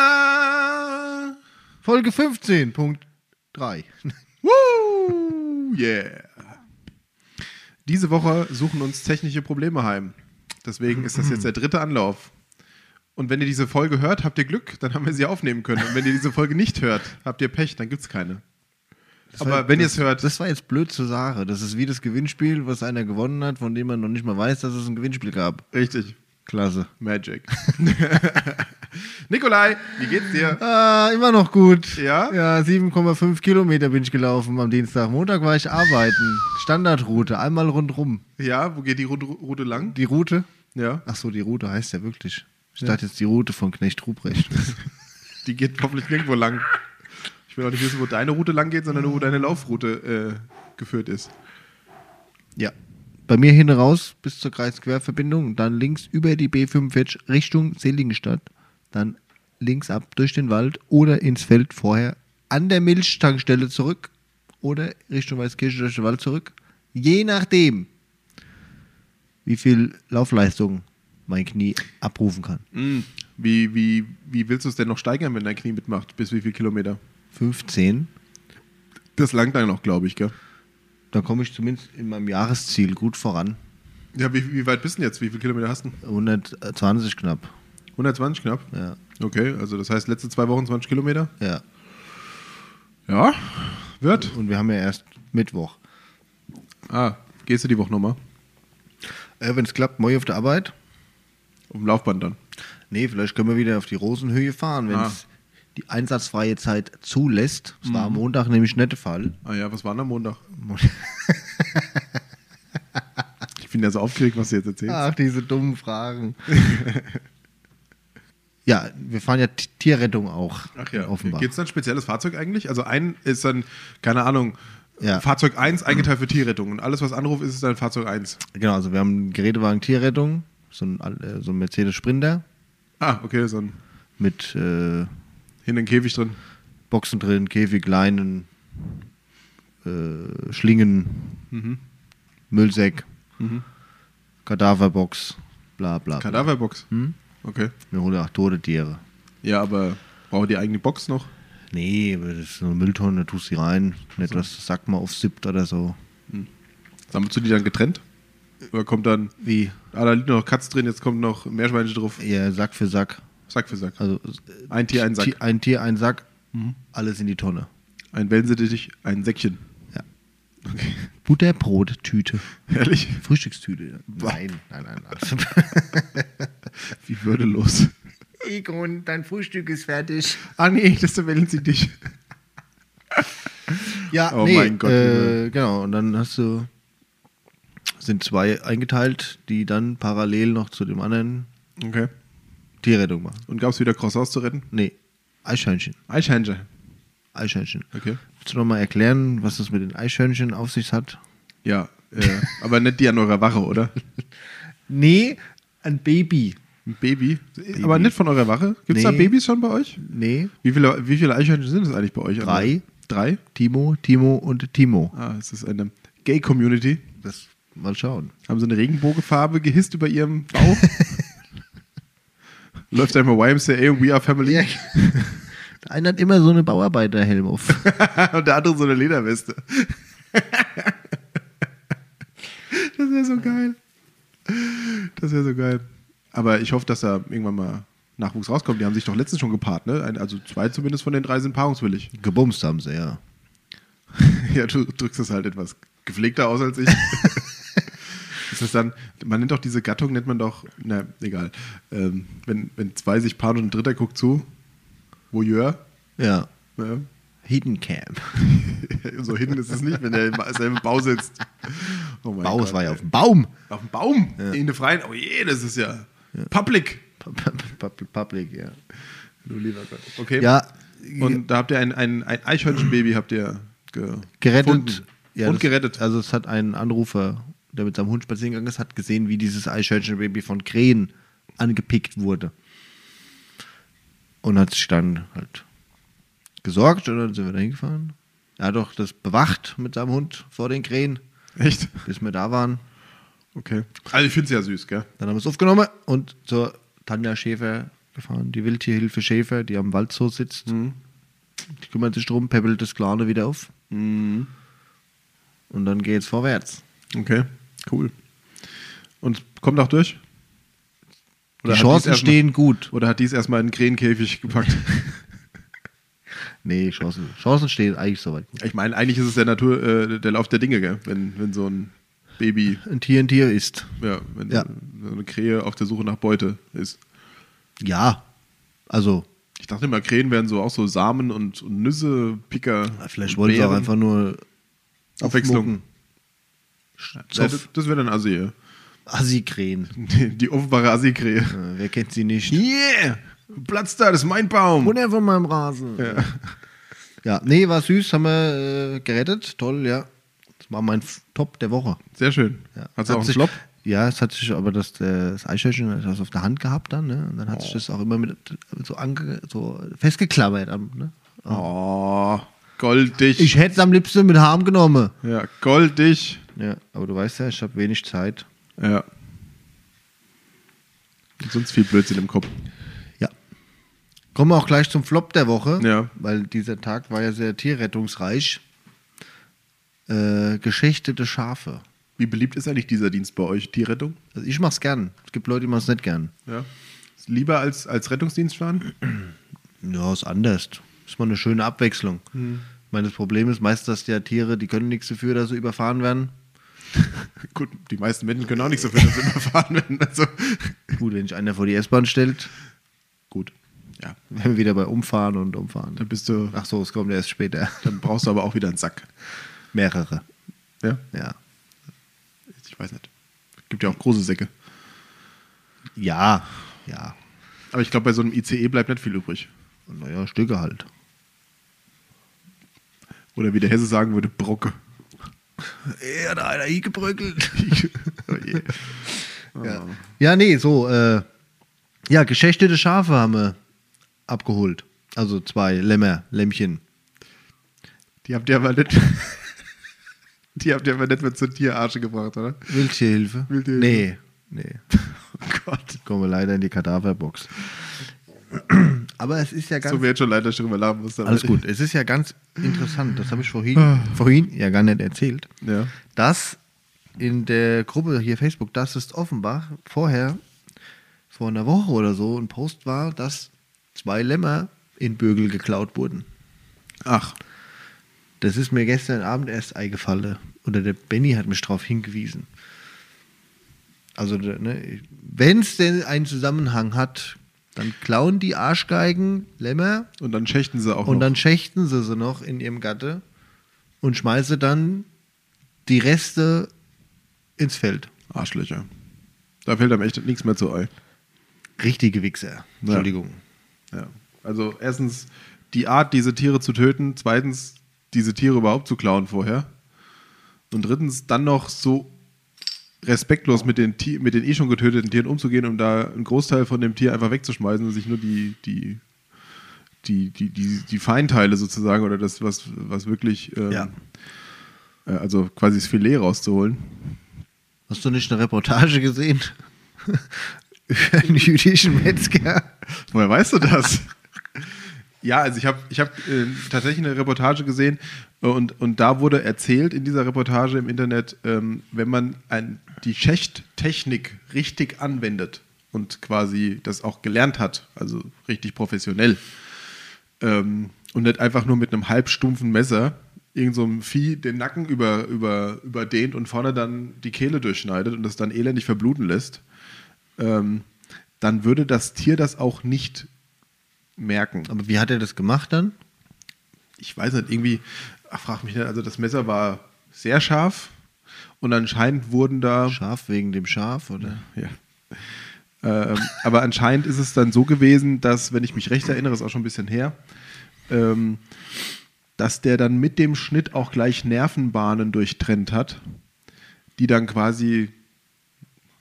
Ba-ba-da-da-ba-da. Folge 15.3. Woo, yeah. Diese Woche suchen uns technische Probleme heim. Deswegen ist das jetzt der dritte Anlauf. Und wenn ihr diese Folge hört, habt ihr Glück, dann haben wir sie aufnehmen können. Und wenn ihr diese Folge nicht hört, habt ihr Pech, dann gibt es keine. Aber war- wenn ihr das- es hört, Das war jetzt blöd zur Sache. Das ist wie das Gewinnspiel, was einer gewonnen hat, von dem man noch nicht mal weiß, dass es ein Gewinnspiel gab. richtig. Klasse. Magic. Nikolai, wie geht's dir? Ah, immer noch gut. Ja? Ja, 7,5 Kilometer bin ich gelaufen am Dienstag. Montag war ich arbeiten. Standardroute, einmal rundrum. Ja, wo geht die Ru- Route lang? Die Route? Ja. Ach so, die Route heißt ja wirklich. Ich dachte jetzt die Route von Knecht Ruprecht. Die geht hoffentlich nirgendwo lang. Ich will auch nicht wissen, wo deine Route lang geht, sondern nur, wo deine Laufroute äh, geführt ist. ja. Bei mir hin raus bis zur Kreisquerverbindung, dann links über die B45 Richtung Seligenstadt, dann links ab durch den Wald oder ins Feld vorher an der Milchtankstelle zurück oder Richtung Weißkirche durch den Wald zurück. Je nachdem, wie viel Laufleistung mein Knie abrufen kann. Mm. Wie, wie, wie willst du es denn noch steigern, wenn dein Knie mitmacht? Bis wie viel Kilometer? 15, Das langt dann noch, glaube ich, gell? dann komme ich zumindest in meinem Jahresziel gut voran. Ja, wie, wie weit bist du denn jetzt? Wie viele Kilometer hast du? 120 knapp. 120 knapp. Ja, Okay, also das heißt, letzte zwei Wochen 20 Kilometer? ja. Ja, wird. Und wir haben ja erst Mittwoch. Ah, gehst du die Woche nochmal? Äh, Wenn es klappt, morgen auf der Arbeit. Auf dem Laufband dann. Nee, vielleicht können wir wieder auf die Rosenhöhe fahren, wenn es Ah. die einsatzfreie Zeit zulässt. Das war am Mhm. Montag nämlich nicht der Fall. Ah ja, was war denn am Montag? Ich bin ja so aufgeregt, was du jetzt erzählst. Ach, diese dummen Fragen. ja, wir fahren ja T- Tierrettung auch. Ach ja, offenbar. Gibt es ein spezielles Fahrzeug eigentlich? Also ein ist dann, keine Ahnung, Ja. Fahrzeug 1 eingeteilt für Tierrettung und alles, was anruft, ist dann Fahrzeug 1. Genau, also wir haben einen Gerätewagen Tierrettung, so ein, al- äh, so ein Mercedes Sprinter Ah, okay, so ein mit äh, hinten ein Käfig drin. Boxen drin, Käfig, Leinen, äh, Schlingen, Mhm. Müllsäck, Kadaverbox, bla bla. bla. Kadaverbox. Okay. Wir holen auch tote Tiere. Ja, aber brauchen die eigene Box noch? Nee, aber das ist so eine Mülltonne, da tust du die rein. Nicht, dass das Sack mal aufsippt oder so. Sammelst du die dann getrennt? Oder kommt dann, Wie? ah, da liegt noch Katz drin, jetzt kommt noch Meerschweinchen drauf. Ja, Sack für Sack. Sack für Sack. Also Ein Tier, ein Sack. Mhm. Ti- Ein Tier, ein Sack. Alles in die Tonne. Ein Wellensittich, ein Säckchen. Ja. Okay. Butterbrottüte. Ehrlich? Frühstückstüte. ja. Nein, nein, nein. nein. Wie würdelos. Egon, dein Frühstück ist fertig. Ah nee, das ist der Wellensittich. Ja, Oh nee, mein Gott, äh, genau. Und dann hast du, sind zwei eingeteilt, die dann parallel noch zu dem anderen Okay. Tierrettung machen. Und gab es wieder Cross auszuretten? Nee, Eichhörnchen. Eichhändchen. Eichhörnchen. Okay. Willst du nochmal erklären, was das mit den Eichhörnchen auf sich hat? Ja, äh, aber nicht die an eurer Wache, oder? Nee, ein Baby. Ein Baby. Aber nicht von eurer Wache. Gibt es da Nee. Babys schon bei euch? Nee, Wie viele, wie viele Eichhörnchen sind es eigentlich bei euch? Drei. Drei? Timo, Timo und Timo. Ah, es ist eine Gay-Community. Das mal schauen. Haben so eine Regenbogenfarbe gehisst über ihrem Bauch. Läuft einmal YMCA und We Are Family. Der eine hat immer so eine Bauarbeiterhelm auf. und der andere so eine Lederweste. das wäre so geil. Das wäre so geil. Aber ich hoffe, dass da irgendwann mal Nachwuchs rauskommt. Die haben sich doch letztens schon gepaart, ne? Ein, also zwei zumindest von den drei sind paarungswillig. Gebumst haben sie, ja. ja, du drückst das halt etwas gepflegter aus als ich. Ist das dann, man nennt doch diese Gattung, nennt man doch, na, egal. Ähm, wenn, wenn zwei sich paaren und ein dritter guckt zu, Voyeur, Ja. ne? Hidden Camp. so hinten ist es nicht, wenn der im selben Bau sitzt. Oh mein Baus Gott, war ja ey. auf dem Baum. Auf dem Baum, in der Freien. Oh je, das ist ja, public. Public, ja. Du lieber Gott. Okay. Ja, Und da habt ihr ein, ein, ein Eichhörnchenbaby habt ihr ge gerettet. gefunden. Ja, und das, gerettet. Also es hat einen Anrufer, der mit seinem Hund spazieren gegangen ist, hat gesehen, wie dieses Eichhörnchenbaby von Krähen angepickt wurde. Und hat sich dann halt gesorgt und dann sind wir da hingefahren. Er hat auch das bewacht mit seinem Hund vor den Krähen, Echt? bis wir da waren. Okay. Also ich finde es ja süß, gell? Dann haben wir es aufgenommen und zur Tanja Schäfer Wir fahren die Wildtierhilfe Schäfer, die am Waldzoo sitzt. Mhm. Die kümmert sich drum, peppelt das Klane wieder auf. Mhm. Und dann geht's vorwärts. Okay, cool. Und kommt auch durch? Oder hat die die's Chancen erstmal- stehen gut. Oder hat dies erstmal in den Krähenkäfig gepackt? Nee, Chancen, Chancen stehen eigentlich soweit gut. ich meine, eigentlich ist es der Natur, äh, der Lauf der Dinge, gell? Wenn, wenn so ein Baby, Ein Tier ein Tier ist. ja, wenn Ja. so eine Krähe auf der Suche nach Beute ist. Ja. Also, Ich dachte immer, Krähen wären so auch so Samen und, und Nüsse, Picker. vielleicht und wollen sie auch Beeren. einfach nur Abwechslung. aufmucken. Ja, das, Zoff. das wäre dann Assi, ja. Assi-Krähen. Die, die offenbare Assi-Krähe. Äh, Wer kennt sie nicht? Yeah! Platz da, das ist mein Baum. Wunder von meinem Rasen. Ja. nee, war süß, haben wir äh, gerettet. Toll, ja. Das war mein F- Top der Woche. Sehr schön. Ja. Hat sie auch einen sich, Flop? Ja, es hat sich aber das, äh, das Eichhörnchen hat das auf der Hand gehabt dann, ne? Und dann hat sich das auch immer mit so, ange, so festgeklammert. Am, ne? Oh, goldig. Ich hätte es am liebsten mit Harm genommen. ja, goldig. Ja, aber du weißt ja, ich habe wenig Zeit. Ja. Sonst viel Blödsinn im Kopf. Ja. Kommen wir auch gleich zum Flop der Woche. Ja. Weil dieser Tag war ja sehr tierrettungsreich. Äh, geschächtete Schafe. Wie beliebt ist eigentlich dieser Dienst bei euch, Tierrettung? Also ich mach's gern. Es gibt Leute, die machen's nicht gern. Ja. Ist Lieber als, als Rettungsdienst fahren? Ja, ist anders. Ist mal eine schöne Abwechslung. Ich meine, das Problem ist meist, dass ja Tiere, die können nichts dafür, dass sie überfahren werden. Gut, die meisten Menschen können auch nicht so viel, dass sie immer fahren werden. Also, Gut, wenn sich einer vor die S-Bahn stellt, gut. Ja. wären wir wieder bei Umfahren und Umfahren. Dann bist du, Ach so, es kommt erst später. dann brauchst du aber auch wieder einen Sack. Mehrere. Ja. Ja. Ich weiß nicht. Gibt ja auch große Säcke. Ja. Ja. Aber ich glaube, bei so einem ICE bleibt nicht viel übrig. Naja, Stücke halt. Oder wie der Hesse sagen würde, Brocke. Ja, da einer hingebröckelt. oh je. Ja. ja, nee, so. Äh, ja, geschächtete Schafe haben wir abgeholt. Also zwei Lämmer, Lämmchen. Die habt ihr aber nicht. Die habt ihr aber nicht mit zur Tierarsche gebracht, oder? Wildtierhilfe? Wildtierhilfe. Nee, nee. Oh Gott. Kommen wir leider in die Kadaverbox. Aber es ist ja ganz. So, wir jetzt schon leider schon drüber lachen mussten. alles gut. Ah. Es ist ja ganz interessant, das habe ich vorhin, vorhin ja gar nicht erzählt, Ja. dass in der Gruppe hier Facebook, das ist Offenbach, vorher, vor einer Woche oder so, ein Post war, dass zwei Lämmer in Bögel geklaut wurden. Ach. Das ist mir gestern Abend erst eingefallen. Oder der Benny hat mich darauf hingewiesen. Also, ne, wenn es denn einen Zusammenhang hat, dann klauen die Arschgeigen Lämmer Und dann schächten sie auch und noch. dann schächten sie sie noch in ihrem Gatte und schmeißen dann die Reste ins Feld. Arschlöcher. Da fällt einem echt nichts mehr zu Ei. Richtige Wichser. Entschuldigung. Ja. Also erstens die Art, diese Tiere zu töten. Zweitens diese Tiere überhaupt zu klauen vorher. Und drittens dann noch so respektlos mit den, Ti- mit den eh schon getöteten Tieren umzugehen, um da einen Großteil von dem Tier einfach wegzuschmeißen und sich nur die, die, die, die, die, die Feinteile sozusagen oder das, was, was wirklich, ähm, Ja. äh, also quasi das Filet rauszuholen. Hast du nicht eine Reportage gesehen? Über einen jüdischen Metzger? Woher weißt du das? ja, also ich habe ich hab, äh, tatsächlich eine Reportage gesehen äh, und, und da wurde erzählt in dieser Reportage im Internet, ähm, wenn man ein, die Schächttechnik richtig anwendet und quasi das auch gelernt hat, also richtig professionell ähm, und nicht einfach nur mit einem halbstumpfen Messer irgend so einem Vieh den Nacken über, über, überdehnt und vorne dann die Kehle durchschneidet und das dann elendig verbluten lässt, ähm, dann würde das Tier das auch nicht merken. Aber wie hat er das gemacht dann? Ich weiß nicht, irgendwie, ach, frag mich nicht, also das Messer war sehr scharf und anscheinend wurden da. Schaf wegen dem Schaf, oder? Ja. Ähm, aber anscheinend ist es dann so gewesen, dass, wenn ich mich recht erinnere, ist auch schon ein bisschen her, ähm, dass der dann mit dem Schnitt auch gleich Nervenbahnen durchtrennt hat, die dann quasi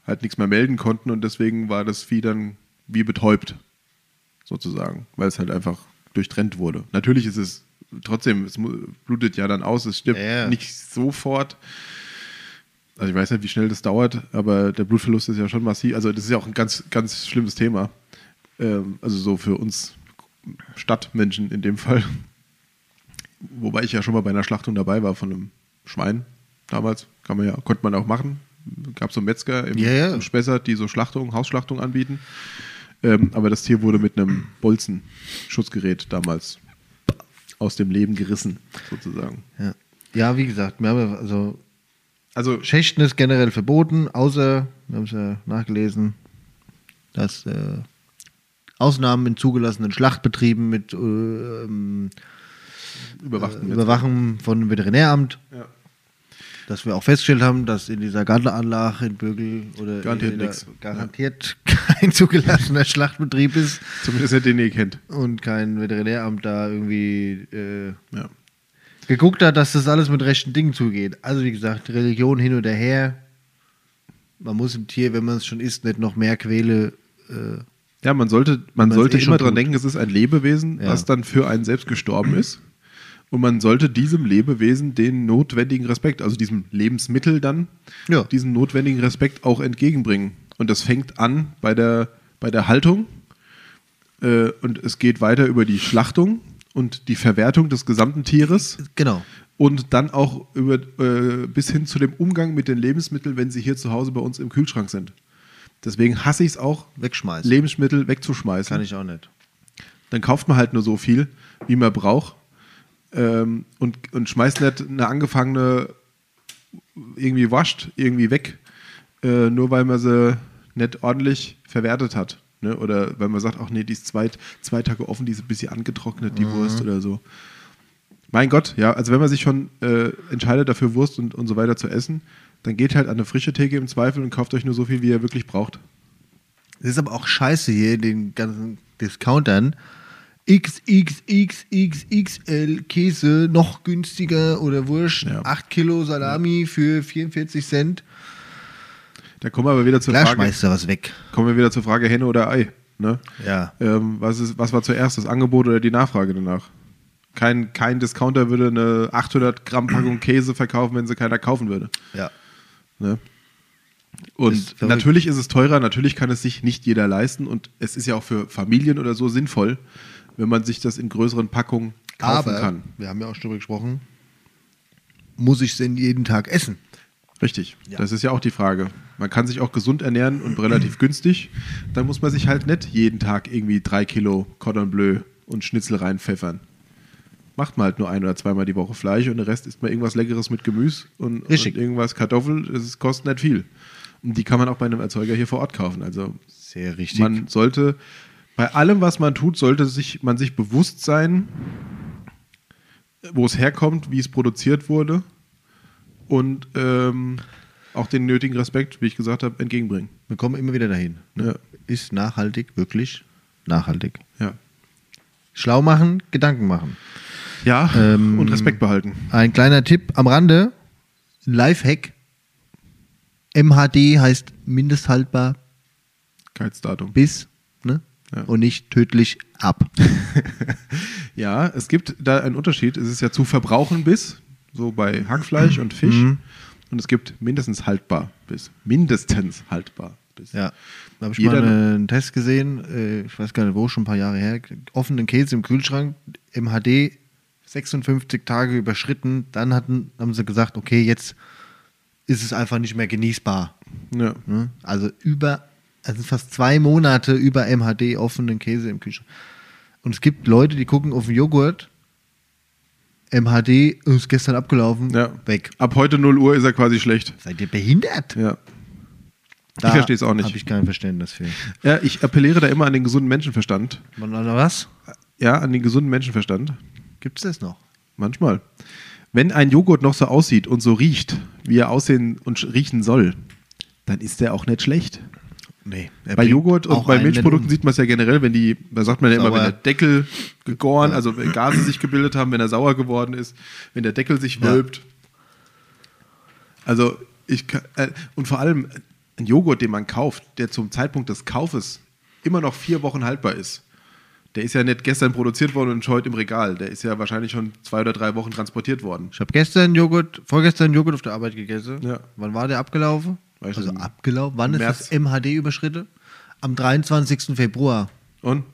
halt nichts mehr melden konnten und deswegen war das Vieh dann wie betäubt, sozusagen, weil es halt einfach durchtrennt wurde. Natürlich ist es trotzdem, es mu- blutet ja dann aus, es stirbt Ja, ja. nicht sofort. Also ich weiß nicht, wie schnell das dauert, aber der Blutverlust ist ja schon massiv. Also das ist ja auch ein ganz, ganz schlimmes Thema. Ähm, also so für uns Stadtmenschen in dem Fall. Wobei ich ja schon mal bei einer Schlachtung dabei war von einem Schwein damals. Kann man ja, konnte man auch machen. Gab so Metzger im, Ja, ja. im Spessart, die so Schlachtung, Hausschlachtung anbieten. Ähm, aber das Tier wurde mit einem Bolzenschutzgerät damals aus dem Leben gerissen, sozusagen. Ja. ja, wie gesagt, wir haben ja, also Also Schächten ist generell verboten, außer, wir haben es ja nachgelesen, dass äh, Ausnahmen in zugelassenen Schlachtbetrieben mit äh, ähm, überwachten äh, wir Überwachung von Veterinäramt, jetzt. Ja. dass wir auch festgestellt haben, dass in dieser Gardleranlage in Bögel oder Garantiert in jeder- nix. garantiert kein zugelassener Schlachtbetrieb ist Zumindest hätte den ihr kennt. und kein Veterinäramt da irgendwie äh, Ja. geguckt hat, dass das alles mit rechten Dingen zugeht. Also wie gesagt, Religion hin oder her. Man muss im Tier, wenn man es schon isst, nicht noch mehr Quäle. Äh, Ja, man sollte, man Wenn's sollte eh schon immer dran tut. denken, es ist ein Lebewesen, Ja. was dann für einen selbst gestorben ist. Und man sollte diesem Lebewesen den notwendigen Respekt, also diesem Lebensmittel dann, Ja. diesen notwendigen Respekt auch entgegenbringen. Und das fängt an bei der, bei der Haltung äh, und es geht weiter über die Schlachtung und die Verwertung des gesamten Tieres. genau. Und dann auch über, äh, bis hin zu dem Umgang mit den Lebensmitteln, wenn sie hier zu Hause bei uns im Kühlschrank sind. Deswegen hasse ich es auch, Wegschmeißen. Lebensmittel wegzuschmeißen. Also Kann ich auch nicht. Dann kauft man halt nur so viel, wie man braucht ähm, und, und schmeißt nicht eine angefangene irgendwie wascht, irgendwie weg, äh, nur weil man sie nicht ordentlich verwertet hat. Ne? Oder weil man sagt, ach nee, die ist zwei, zwei Tage offen, die ist ein bisschen angetrocknet, Mhm. die Wurst oder so. Mein Gott, ja, also wenn man sich schon äh, entscheidet, dafür Wurst und, und so weiter zu essen, dann geht halt an eine frische Theke im Zweifel und kauft euch nur so viel, wie ihr wirklich braucht. Es ist aber auch scheiße hier, in den ganzen Discountern. XXXXXL Käse noch günstiger oder Wurst. Ja. 8 Kilo Salami für 44 Cent. Da kommen wir aber wieder zur Klar Frage. schmeißt du was weg. kommen wir wieder zur Frage Henne oder Ei. Ne? Ja. Ähm, was, ist, was war zuerst, das Angebot oder die Nachfrage danach? Kein, kein Discounter würde eine 800 Gramm Packung Käse verkaufen, wenn sie keiner kaufen würde. Ja. Ne? Das ist Und verrückt. natürlich ist es teurer, natürlich kann es sich nicht jeder leisten und es ist ja auch für Familien oder so sinnvoll, wenn man sich das in größeren Packungen kaufen aber, kann. wir haben ja auch schon drüber gesprochen, muss ich es denn jeden Tag essen? Richtig, Ja. das ist ja auch die Frage. Man kann sich auch gesund ernähren und relativ günstig. Dann muss man sich halt nicht jeden Tag irgendwie drei Kilo Cordon Bleu und Schnitzel reinpfeffern. Macht man halt nur ein oder zweimal die Woche Fleisch und der Rest isst man irgendwas Leckeres mit Gemüse und, und Richtig. irgendwas Kartoffel. Es kostet nicht viel. Und die kann man auch bei einem Erzeuger hier vor Ort kaufen. Also Sehr richtig. man sollte bei allem, was man tut, sollte sich, man sich bewusst sein, wo es herkommt, wie es produziert wurde und ähm, auch den nötigen Respekt, wie ich gesagt habe, entgegenbringen. wir kommen immer wieder dahin. Ja. Ist nachhaltig wirklich nachhaltig? Ja, Schlau machen, Gedanken machen. ja Ähm, und Respekt behalten. Ein kleiner Tipp am Rande: Lifehack. MHD heißt mindesthaltbar Keitsdatum. bis ne? Ja. und nicht tödlich ab. Ja, es gibt da einen Unterschied. Es ist ja zu verbrauchen bis, so bei Hackfleisch und Fisch. Mhm. Und es gibt mindestens haltbar bis. Mindestens haltbar bis. Ja. Da habe ich Jeder- mal einen Test gesehen, äh, ich weiß gar nicht wo, schon ein paar Jahre her. Offenen Käse im Kühlschrank, MHD 56 Tage überschritten. Dann hatten, haben sie gesagt, okay, jetzt ist es einfach nicht mehr genießbar. Ja. Ne? Also über, also fast zwei Monate über MHD offenen Käse im Kühlschrank. Und es gibt Leute, die gucken auf den Joghurt, MHD ist gestern abgelaufen, Ja. weg. Ab heute 0 Uhr ist er quasi schlecht. Seid ihr behindert? Ja. ich verstehe es auch nicht. Habe ich kein Verständnis für. Ja, ich appelliere da immer an den gesunden Menschenverstand. Man, oder was? Ja, an den gesunden Menschenverstand. Gibt es das noch? Manchmal. Wenn ein Joghurt noch so aussieht und so riecht, wie er aussehen und sch- riechen soll, dann ist der auch nicht schlecht. Nee. bei Joghurt und bei Milchprodukten sieht man es ja generell, wenn die, da sagt man ja immer, Sauer. wenn der Deckel gegoren, also wenn Gase sich gebildet haben, wenn er sauer geworden ist, wenn der Deckel sich Ja. wölbt. Also ich ka- äh, und vor allem ein Joghurt, den man kauft, der zum Zeitpunkt des Kaufes immer noch vier Wochen haltbar ist. Der ist ja nicht gestern produziert worden und ist heute im Regal. Der ist ja wahrscheinlich schon zwei oder drei Wochen transportiert worden. Ich habe gestern Joghurt, vorgestern Joghurt auf der Arbeit gegessen. Ja. Wann war der abgelaufen? Weiß also nicht. abgelaufen. Wann März. ist das MHD überschritten? Am 23. Februar. Und?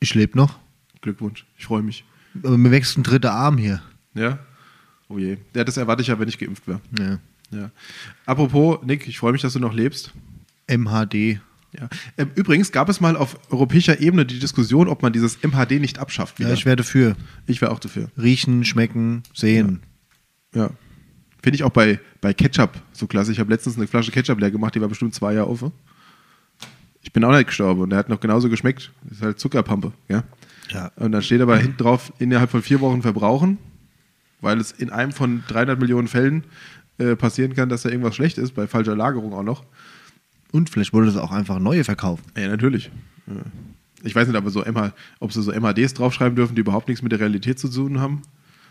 Ich lebe noch. Glückwunsch. Ich freue mich. Aber Also mir wächst ein dritter Arm hier. Ja? Oh je. Ja, das erwarte ich ja, wenn ich geimpft wäre. Ja. Ja. Apropos, Nick, ich freue mich, dass du noch lebst. MHD. Ja. Ähm, Übrigens gab es mal auf europäischer Ebene die Diskussion, ob man dieses MHD nicht abschafft. Ja, ich wäre dafür. ich wäre auch dafür. Riechen, schmecken, sehen. Ja. Finde ich auch bei, bei Ketchup so klasse. Ich habe letztens eine Flasche Ketchup leer gemacht, die war bestimmt zwei Jahre offen. Ich bin auch nicht gestorben und der hat noch genauso geschmeckt. Das ist halt Zuckerpampe, ja. Ja. Und dann steht aber hinten drauf, innerhalb von vier Wochen verbrauchen, weil es in einem von 300 Millionen Fällen äh, passieren kann, dass da irgendwas schlecht ist, bei falscher Lagerung auch noch. Und vielleicht wurde das auch einfach neue verkauft. Ja, natürlich. Ja. Ich weiß nicht, aber so MH, ob sie so MHDs draufschreiben dürfen, die überhaupt nichts mit der Realität zu tun haben.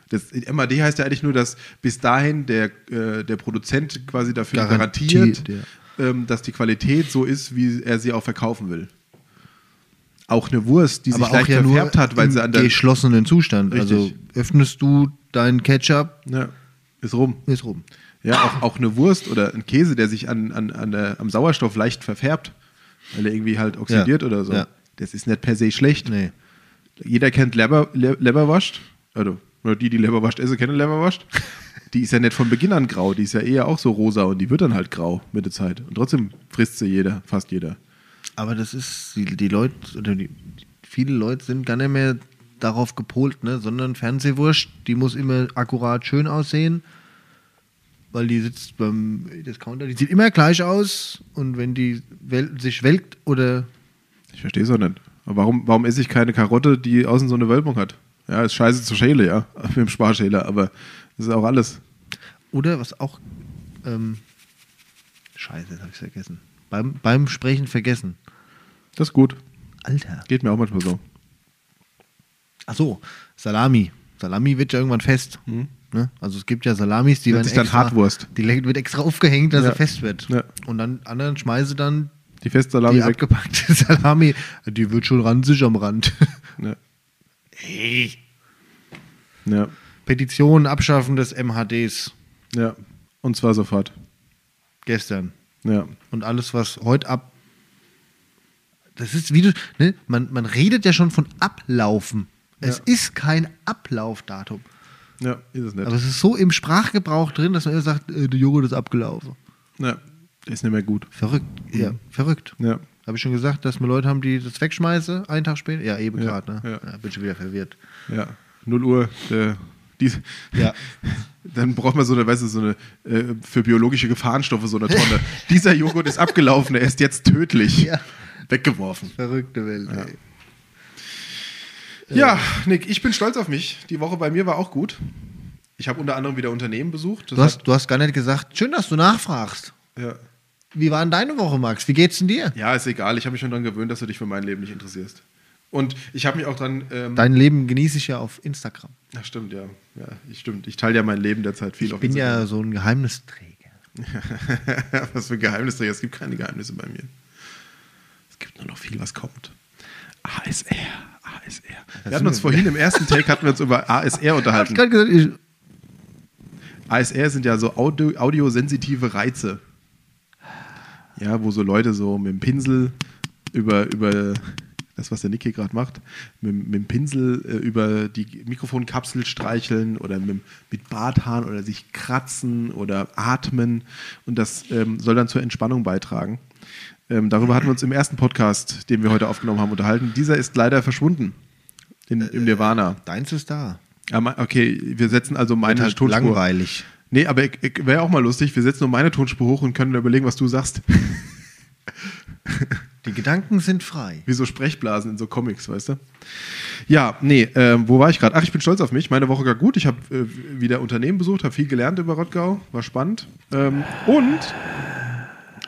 Das MAD heißt ja eigentlich nur, dass bis dahin der, äh, der Produzent quasi dafür Garantiert, garantiert, ähm, dass die Qualität so ist, wie er sie auch verkaufen will. Auch eine Wurst, die sich leicht verfärbt hat, weil im sie an der. geschlossenen Zustand. Also Richtig. öffnest du deinen Ketchup, Ja, ist rum. ist rum. Ja, auch, auch eine Wurst oder ein Käse, der sich an, an, an der, am Sauerstoff leicht verfärbt, weil er irgendwie halt oxidiert oder so. Ja. Das ist nicht per se schlecht. Nee. Jeder kennt Leber, Le Leberwurst. Also, nur die, die Leberwurst essen, kennen Leberwurst. Die ist ja nicht von Beginn an grau, die ist ja eher auch so rosa und die wird dann halt grau mit der Zeit. Und trotzdem frisst sie jeder, fast jeder. Aber das ist, die, die Leute, oder die, viele Leute sind gar nicht mehr darauf gepolt, ne? sondern Fernsehwurst, die muss immer akkurat schön aussehen, weil die sitzt beim Discounter, die sieht immer gleich aus und wenn die wel sich welkt oder Ich verstehe es auch nicht. Aber warum, warum esse ich keine Karotte, die außen so eine Wölbung hat? Ja, ist scheiße zur Schäle, ja, mit dem Sparschäler, aber das ist auch alles. Oder was auch. Ähm, Scheiße, das habe ich vergessen. Beim, beim Sprechen vergessen. Das ist gut. Alter. Geht mir auch manchmal so. Ach so, Salami. Salami wird ja irgendwann fest. Ne? Also es gibt ja Salamis, die Hm. Nennt werden sich dann extra, Hartwurst. Die le- wird extra aufgehängt, dass Ja. sie fest wird. Ja. Und dann anderen schmeiße dann Die Festsalami die weg. abgepackte Salami. Die wird schon ranzig am Rand. Ja. hey. Ja. Petition abschaffen des MHDs ja. Und zwar sofort. gestern. Ja. und alles, was heute ab. Das ist wie du, ne? man, man redet ja schon von Ablaufen. Es Ja. ist kein Ablaufdatum. Ja, ist es nicht. Aber es ist so im Sprachgebrauch drin, dass man immer sagt, äh, der Joghurt ist abgelaufen. ja. Ist nicht mehr gut. Verrückt. Ja, verrückt. Ja. Habe ich schon gesagt, dass wir Leute haben, die das wegschmeißen, einen Tag später? Ja, eben Ja, gerade, ne? ja. Ja, bin schon wieder verwirrt. Ja, 0 Uhr. Äh, die, Ja. Dann braucht man so eine, weißt du, so eine äh, für biologische Gefahrenstoffe so eine Tonne. Dieser Joghurt ist abgelaufen, er ist jetzt tödlich. Ja. Weggeworfen. Verrückte Welt, ey. Äh. Ja, Nick, ich bin stolz auf mich. Die Woche bei mir war auch gut. Ich habe unter anderem wieder Unternehmen besucht. Das Du hast, du hast gar nicht gesagt, schön, dass du nachfragst. hat, ja. Wie war denn deine Woche, Max? Wie geht's denn dir? ja, ist egal. Ich habe mich schon daran gewöhnt, dass du dich für mein Leben nicht interessierst. Und ich habe mich auch dran. Ähm, Dein Leben genieße ich ja auf Instagram. ja, stimmt, ja. ja ich, stimmt. Ich teile ja mein Leben derzeit viel Ich bin Instagram. ja so ein Geheimnisträger. was für Geheimnisträger. Es gibt keine Geheimnisse bei mir. Es gibt nur noch viel, was kommt. ASR, ASR. Wir hatten uns vorhin im ersten Take hatten wir uns über ASR Hab ich unterhalten. gerade gesagt, ich, ASR sind ja so audio, audiosensitive Reize. Ja, wo so Leute so mit dem Pinsel über, über das, was der Nick hier gerade macht, mit, mit dem Pinsel äh, über die Mikrofonkapsel streicheln oder mit, mit Barthaaren oder sich kratzen oder atmen. Und das ähm, soll dann zur Entspannung beitragen. Ähm, darüber hatten wir uns im ersten Podcast, den wir heute aufgenommen haben, unterhalten. Dieser ist leider verschwunden. In, Äh, Im Nirvana. Deins ist da. Ah, mein- Okay, wir setzen also meine äh, Halt Tonspur. langweilig. Nee, aber ich, ich wäre auch mal lustig. Wir setzen nur meine Tonspur hoch und können überlegen, was du sagst. Die Gedanken sind frei. Wie so Sprechblasen in so Comics, weißt du? Ja, nee, ähm, wo war ich gerade? Ach, ich bin stolz auf mich. Meine Woche war gut. Ich habe äh, wieder Unternehmen besucht, habe viel gelernt über Rottgau. War spannend. Ähm, und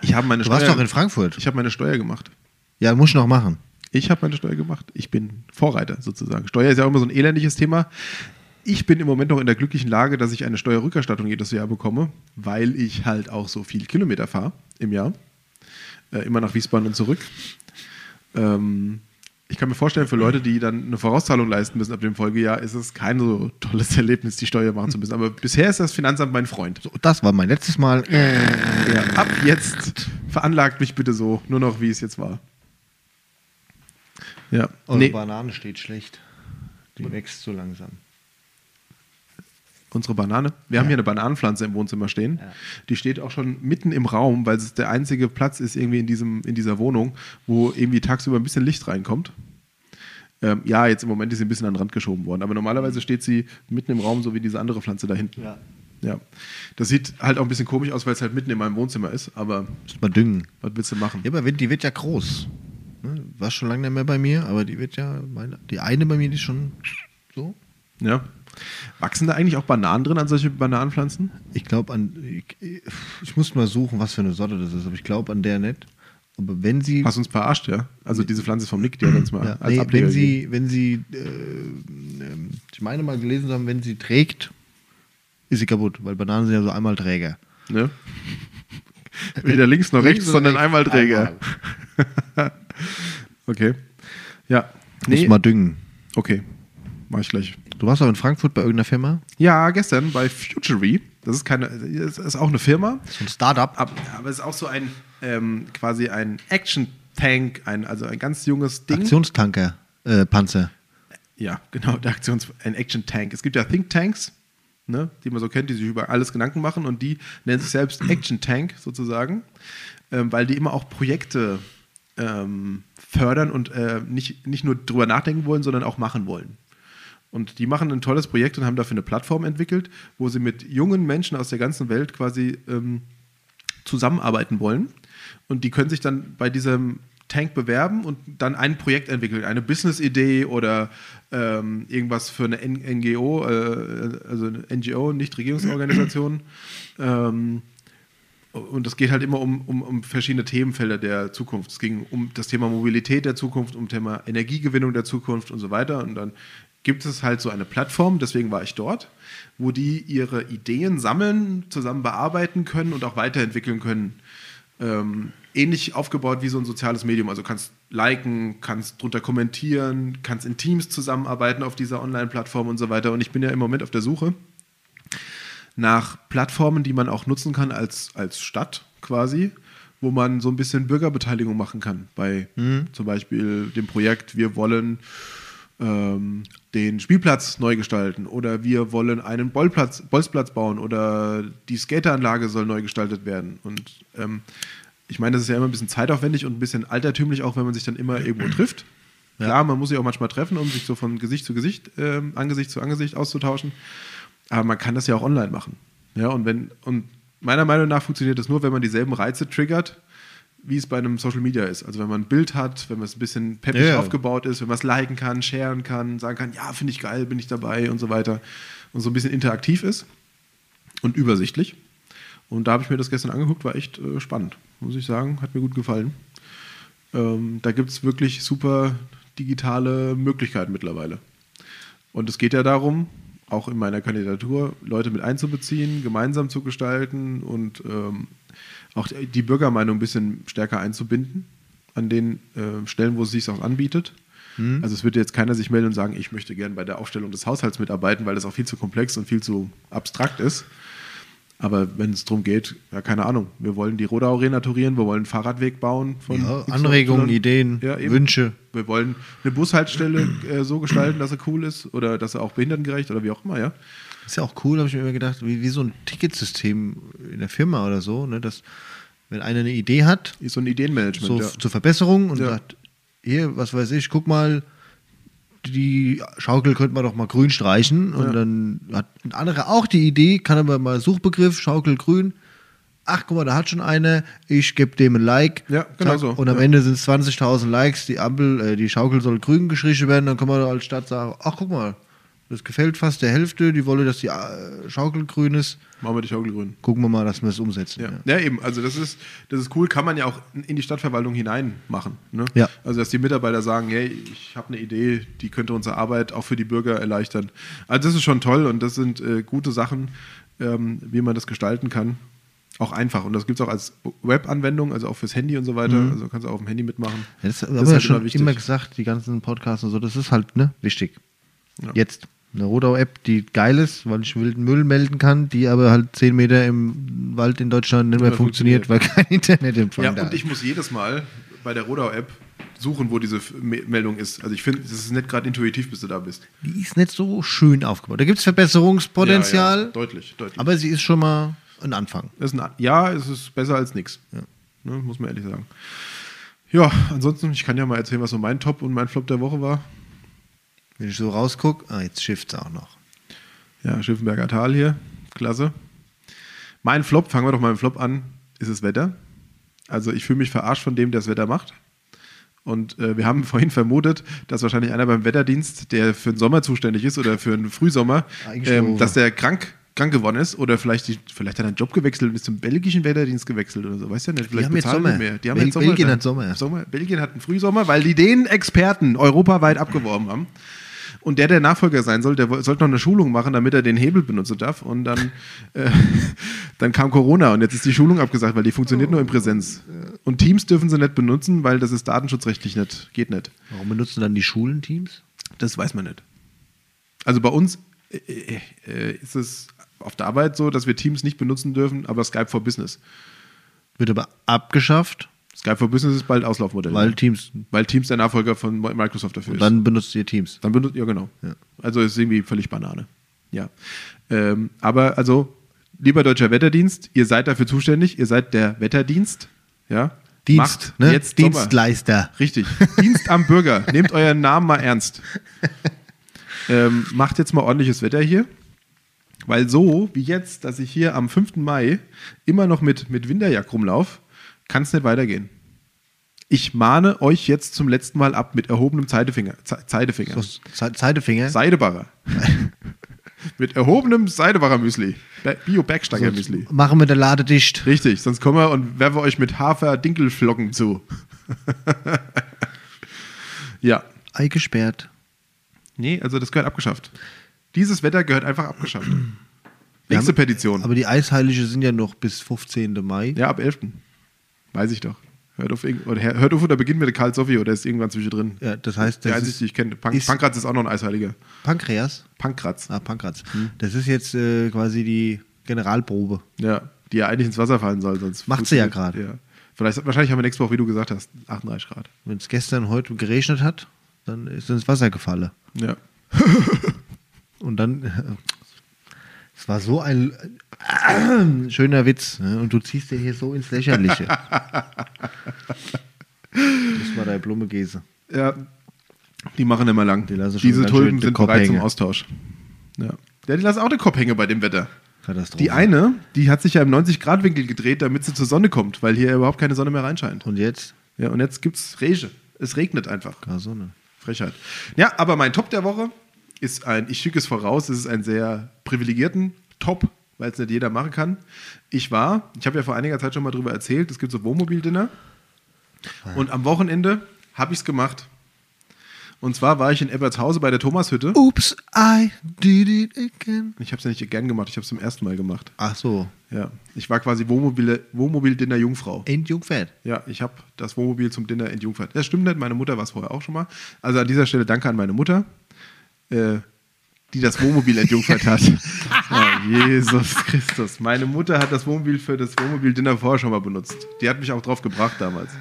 ich habe meine, Du warst Steuer- doch in Frankfurt. ich hab meine Steuer gemacht. Ja, muss ich noch machen. Ich habe meine Steuer gemacht. Ich bin Vorreiter sozusagen. Steuer ist ja auch immer so ein elendiges Thema. Ich bin im Moment noch in der glücklichen Lage, dass ich eine Steuerrückerstattung jedes Jahr bekomme, weil ich halt auch so viel Kilometer fahre im Jahr. Äh, immer nach Wiesbaden und zurück. Ähm, ich kann mir vorstellen, für Leute, die dann eine Vorauszahlung leisten müssen ab dem Folgejahr, ist es kein so tolles Erlebnis, die Steuer machen zu müssen. Aber bisher ist das Finanzamt mein Freund. So, das war mein letztes Mal. Ja, ab jetzt veranlagt mich bitte so, nur noch wie es jetzt war. Ja. Eure nee, Banane steht schlecht. Die wächst zu langsam. unsere Banane. Wir haben hier eine Bananenpflanze im Wohnzimmer stehen. Ja. Die steht auch schon mitten im Raum, weil es der einzige Platz ist irgendwie in, diesem, in dieser Wohnung, wo irgendwie tagsüber ein bisschen Licht reinkommt. Ähm, ja, jetzt im Moment ist sie ein bisschen an den Rand geschoben worden, aber normalerweise steht sie mitten im Raum, so wie diese andere Pflanze da hinten. Ja. Ja. Das sieht halt auch ein bisschen komisch aus, weil es halt mitten in meinem Wohnzimmer ist, aber Müsste man düngen. was willst du machen? Ja, aber wird- die wird ja groß. Ne? War schon lange nicht mehr bei mir, aber die wird ja, meine, die eine bei mir, die ist schon so. Ja. Wachsen da eigentlich auch Bananen drin an solche Bananenpflanzen? Ich glaube an, ich, ich muss mal suchen, was für eine Sorte das ist, aber ich glaube an der nicht. Aber wenn sie, Hast uns verarscht, ja? Also diese Pflanze ist vom Nick, die hat uns mal ja, als nee, Ableger gegeben. wenn sie, wenn sie, äh, ähm, ich meine mal gelesen zu haben, wenn sie trägt, ist sie kaputt, weil Bananen sind ja so einmal Träger. Ne? Weder links noch rechts, oder sondern einmal Träger. Einmal. Okay. Ja. Muss mal düngen. Okay. Mach ich gleich. Du warst aber in Frankfurt bei irgendeiner Firma, Ja, gestern bei Futury, das ist keine, das ist auch eine Firma, so ein Startup. ab- aber es ist auch so ein ähm, quasi ein Action Tank, ein, also ein ganz junges Ding. Aktionstanker, äh, Panzer. Ja, genau, der Aktions ein Action Tank. Es gibt ja Think Tanks, ne, die man so kennt, die sich über alles Gedanken machen und die nennen sich selbst Action Tank sozusagen, ähm, weil die immer auch Projekte ähm, fördern und äh, nicht, nicht nur drüber nachdenken wollen, sondern auch machen wollen. Und die machen ein tolles Projekt und haben dafür eine Plattform entwickelt, wo sie mit jungen Menschen aus der ganzen Welt quasi ähm, zusammenarbeiten wollen. Und die können sich dann bei diesem Tank bewerben und dann ein Projekt entwickeln, eine Business-Idee oder ähm, irgendwas für eine N- NGO, äh, also eine NGO, Nichtregierungsorganisation. ähm, und es geht halt immer um, um, um verschiedene Themenfelder der Zukunft. Es ging um das Thema Mobilität der Zukunft, um Thema Energiegewinnung der Zukunft und so weiter. Und dann gibt es halt so eine Plattform, deswegen war ich dort, wo die ihre Ideen sammeln, zusammen bearbeiten können und auch weiterentwickeln können. Ähm, ähnlich aufgebaut wie so ein soziales Medium. Also kannst liken, kannst drunter kommentieren, kannst in Teams zusammenarbeiten auf dieser Online-Plattform und so weiter. Und ich bin ja im Moment auf der Suche nach Plattformen, die man auch nutzen kann als, als Stadt quasi, wo man so ein bisschen Bürgerbeteiligung machen kann. Bei zum Beispiel dem Projekt, wir wollen ähm, den Spielplatz neu gestalten oder wir wollen einen Bolplatz, Bolzplatz bauen oder die Skateranlage soll neu gestaltet werden. Und ähm, ich meine, das ist ja immer ein bisschen zeitaufwendig und ein bisschen altertümlich, auch wenn man sich dann immer irgendwo trifft. Klar, man muss sich auch manchmal treffen, um sich so von Gesicht zu Gesicht, ähm, Angesicht zu Angesicht auszutauschen. Aber man kann das ja auch online machen. Ja, und wenn, und meiner Meinung nach funktioniert das nur, wenn man dieselben Reize triggert, wie es bei einem Social Media ist. Also wenn man ein Bild hat, wenn man es ein bisschen peppig Ja, ja. aufgebaut ist, wenn man es liken kann, sharen kann, sagen kann, ja, finde ich geil, bin ich dabei und so weiter. Und so ein bisschen interaktiv ist und übersichtlich. Und da habe ich mir das gestern angeguckt, war echt äh, spannend, muss ich sagen. Hat mir gut gefallen. Ähm, da gibt es wirklich super digitale Möglichkeiten mittlerweile. Und es geht ja darum, auch in meiner Kandidatur Leute mit einzubeziehen, gemeinsam zu gestalten und ähm, auch die Bürgermeinung ein bisschen stärker einzubinden an den äh, Stellen, wo es sich auch anbietet. Also es wird jetzt keiner sich melden und sagen, ich möchte gerne bei der Aufstellung des Haushalts mitarbeiten, weil das auch viel zu komplex und viel zu abstrakt ist. Aber wenn es darum geht, ja, keine Ahnung, wir wollen die Rodau renaturieren, wir wollen einen Fahrradweg bauen. Von Ja, XY. Anregungen, Ideen, Ja, eben. Wünsche. Wir wollen eine Bushaltestelle äh, so gestalten, dass sie cool ist oder dass sie auch behindertengerecht oder wie auch immer, ja. Ist ja auch cool, habe ich mir immer gedacht, wie, wie so ein Ticketsystem in der Firma oder so, ne, dass wenn einer eine Idee hat, Ist so ein Ideenmanagement. so ja. zur Verbesserung und Ja. sagt, hier, was weiß ich, guck mal, die Schaukel könnte man doch mal grün streichen und Ja. dann hat ein anderer auch die Idee, kann aber mal Suchbegriff, Schaukel grün, ach guck mal, da hat schon einer, ich gebe dem ein Like. Ja, genau Zack. so. Und am Ja. Ende sind es 20.000 Likes, die Ampel, äh, die Schaukel soll grün gestrichen werden, dann kann man als Stadt sagen, ach guck mal, das gefällt fast der Hälfte, die wolle, dass die äh, Schaukel grün ist, Machen wir die Schaukel grün. gucken wir mal, dass wir es umsetzen. Ja. ja. ja, eben. Also das ist, das ist cool, kann man ja auch in die Stadtverwaltung hinein machen. Ne? Ja. Also dass die Mitarbeiter sagen, hey, ich habe eine Idee, die könnte unsere Arbeit auch für die Bürger erleichtern. Also das ist schon toll und das sind äh, gute Sachen, ähm, wie man das gestalten kann. Auch einfach. Und das gibt es auch als Web-Anwendung, also auch fürs Handy und so weiter. Also kannst du auch auf dem Handy mitmachen. Mhm. Ja, Das, haben ist wir ja genau halt schon immer immer, wichtig. gesagt, die ganzen Podcasts und so, das ist halt ne, wichtig. Ja. Jetzt eine Rodau-App, die geil ist, weil ich wilden Müll melden kann, die aber halt 10 Meter im Wald in Deutschland nicht mehr mehr funktioniert, weil kein Internetempfang Ja, da und ist. ich muss jedes Mal bei der Rodau-App suchen, wo diese F- Me- Meldung ist. Also ich finde, das ist nicht gerade intuitiv, bis du da bist. Die ist nicht so schön aufgebaut. Da gibt es Verbesserungspotenzial, Ja, ja, deutlich, deutlich. aber sie ist schon mal ein Anfang. Das ist ein, ja, es ist besser als nichts. Ne, muss man ehrlich sagen. Ja, ansonsten, ich kann ja mal erzählen, was so mein Top und mein Flop der Woche war. Wenn ich so rausgucke, ah, jetzt schifft es auch noch. Ja, Schiffenberger Tal hier. Klasse. Mein Flop, fangen wir doch mal mit dem Flop an, ist das Wetter. Also ich fühle mich verarscht von dem, der das Wetter macht. Und äh, wir haben vorhin vermutet, dass wahrscheinlich einer beim Wetterdienst, der für den Sommer zuständig ist oder für den Frühsommer, Eingeschworen. ähm, dass der krank, krank geworden ist oder vielleicht, die, vielleicht hat er einen Job gewechselt und ist zum belgischen Wetterdienst gewechselt oder so. Weißt du ja nicht, vielleicht haben jetzt bezahlen Sommer. die mehr. Die haben Bel- jetzt Sommer Belgien dann. hat Sommer. Sommer. Belgien hat einen Frühsommer, weil die den Experten europaweit abgeworben haben. Und der, der Nachfolger sein soll, der woll- sollte noch eine Schulung machen, damit er den Hebel benutzen darf. Und dann, äh, dann kam Corona und jetzt ist die Schulung abgesagt, weil die funktioniert nur in Präsenz. Und Teams dürfen sie nicht benutzen, weil das ist datenschutzrechtlich nicht, geht nicht. Warum benutzen dann die Schulenteams? Das weiß man nicht. Also bei uns äh, äh, äh, ist es auf der Arbeit so, dass wir Teams nicht benutzen dürfen, aber Skype for Business. Wird aber abgeschafft, Skype for Business ist bald Auslaufmodell. ne? weil Teams. Weil Teams der Nachfolger von Microsoft dafür Und ist. dann benutzt ihr Teams. Dann benutzt, ja genau. Ja. Also ist irgendwie völlig Banane. Ja. Ähm, aber also, lieber deutscher Wetterdienst, ihr seid dafür zuständig, ihr seid der Wetterdienst. Ja. Dienst, Macht ne? jetzt Sommer. Dienstleister. Richtig. Dienst am Bürger. Nehmt euren Namen mal ernst. Ähm, macht jetzt mal ordentliches Wetter hier. Weil so wie jetzt, dass ich hier am 5. Mai immer noch mit, mit Winterjack rumlaufe, kann es nicht weitergehen. Ich mahne euch jetzt zum letzten Mal ab mit erhobenem Zeidefinger. Ze Zeidefinger. Aus Ze- Zeidefinger. Seidebacher. Mit erhobenem Seidebacher Müsli. Be- Bio-Bergsteiger Müsli. Machen wir der Lade dicht. Richtig, sonst kommen wir und werfen euch mit Hafer-Dinkelflocken zu. ja. Ei gesperrt. Nee, also das gehört abgeschafft. Dieses Wetter gehört einfach abgeschafft. Wir Nächste haben- Petition. Aber die Eisheilige sind ja noch bis 15. Mai. Ja, ab 11. Weiß ich doch. Hört auf, irgend- oder hör- hört auf oder beginnt mit der Karl Soffi oder ist irgendwann zwischendrin. Ja, das heißt, der das einzige, ist die ich kenne. Pank ist- Pankratz ist auch noch ein Eisheiliger. Pankreas. Pankratz. Ah, Pankreas. Hm. Das ist jetzt äh, quasi die Generalprobe. Ja, die ja eigentlich ins Wasser fallen soll, sonst. Macht sie ja funktioniert- gerade. Ja. Vielleicht, wahrscheinlich haben wir nächste Woche, wie du gesagt hast, 38 Grad. Wenn es gestern heute geregnet hat, dann ist ins Wasser gefallen. Ja. Und dann, äh, es war so ein äh, schöner Witz. Ne? Und du ziehst dir hier so ins Lächerliche. das war deine Blume Gese. ja. Die machen immer lang. Die lassen schon Diese ganz schön Tulpen den sind Kopf bereit zum hängen. Austausch. Ja. Mhm. ja, die lassen auch den Kopf hängen bei dem Wetter. Katastrophe. Die eine, die hat sich ja im 90-Grad-Winkel gedreht, damit sie zur Sonne kommt, weil hier überhaupt keine Sonne mehr reinscheint. Und jetzt? Ja, und jetzt gibt's Rege. Es regnet einfach. Gar Sonne. Frechheit. Ja, aber mein Top der Woche ist ein, ich schicke es voraus, es ist ein sehr privilegierten Top, weil es nicht jeder machen kann. Ich war, ich habe ja vor einiger Zeit schon mal drüber erzählt, es gibt so Wohnmobil-Dinner. Und am Wochenende habe ich es gemacht. Und zwar war ich in Ebbertshause bei der Thomashütte. Oops, I did it again. Ich habe es ja nicht gern gemacht, ich habe es zum ersten Mal gemacht. Ach so, Ja, ich war quasi Wohnmobile- Wohnmobil-Dinner-Jungfrau. Endjungfern. Ja, ich habe das Wohnmobil zum Dinner entjungfert. Das stimmt nicht, meine Mutter war es vorher auch schon mal. Also an dieser Stelle danke an meine Mutter, äh, die das Wohnmobil entjungfert hat. oh, Jesus Christus. Meine Mutter hat das Wohnmobil für das Wohnmobil-Dinner vorher schon mal benutzt. Die hat mich auch drauf gebracht damals.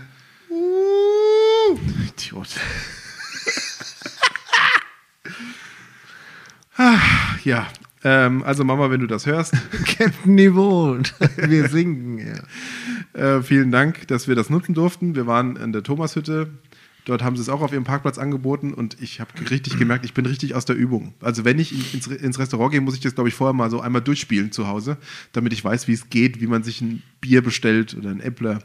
Idiot. Ah, ja, ähm, also Mama, wenn du das hörst, Captain Niveau. Wir singen. Ja. Äh, vielen Dank, dass wir das nutzen durften. Wir waren in der Thomashütte. Dort haben sie es auch auf ihrem Parkplatz angeboten und ich habe richtig gemerkt, ich bin richtig aus der Übung. Also wenn ich in- ins, Re- ins Restaurant gehe, muss ich das, glaube ich, vorher mal so einmal durchspielen zu Hause, damit ich weiß, wie es geht, wie man sich ein Bier bestellt oder ein Äppler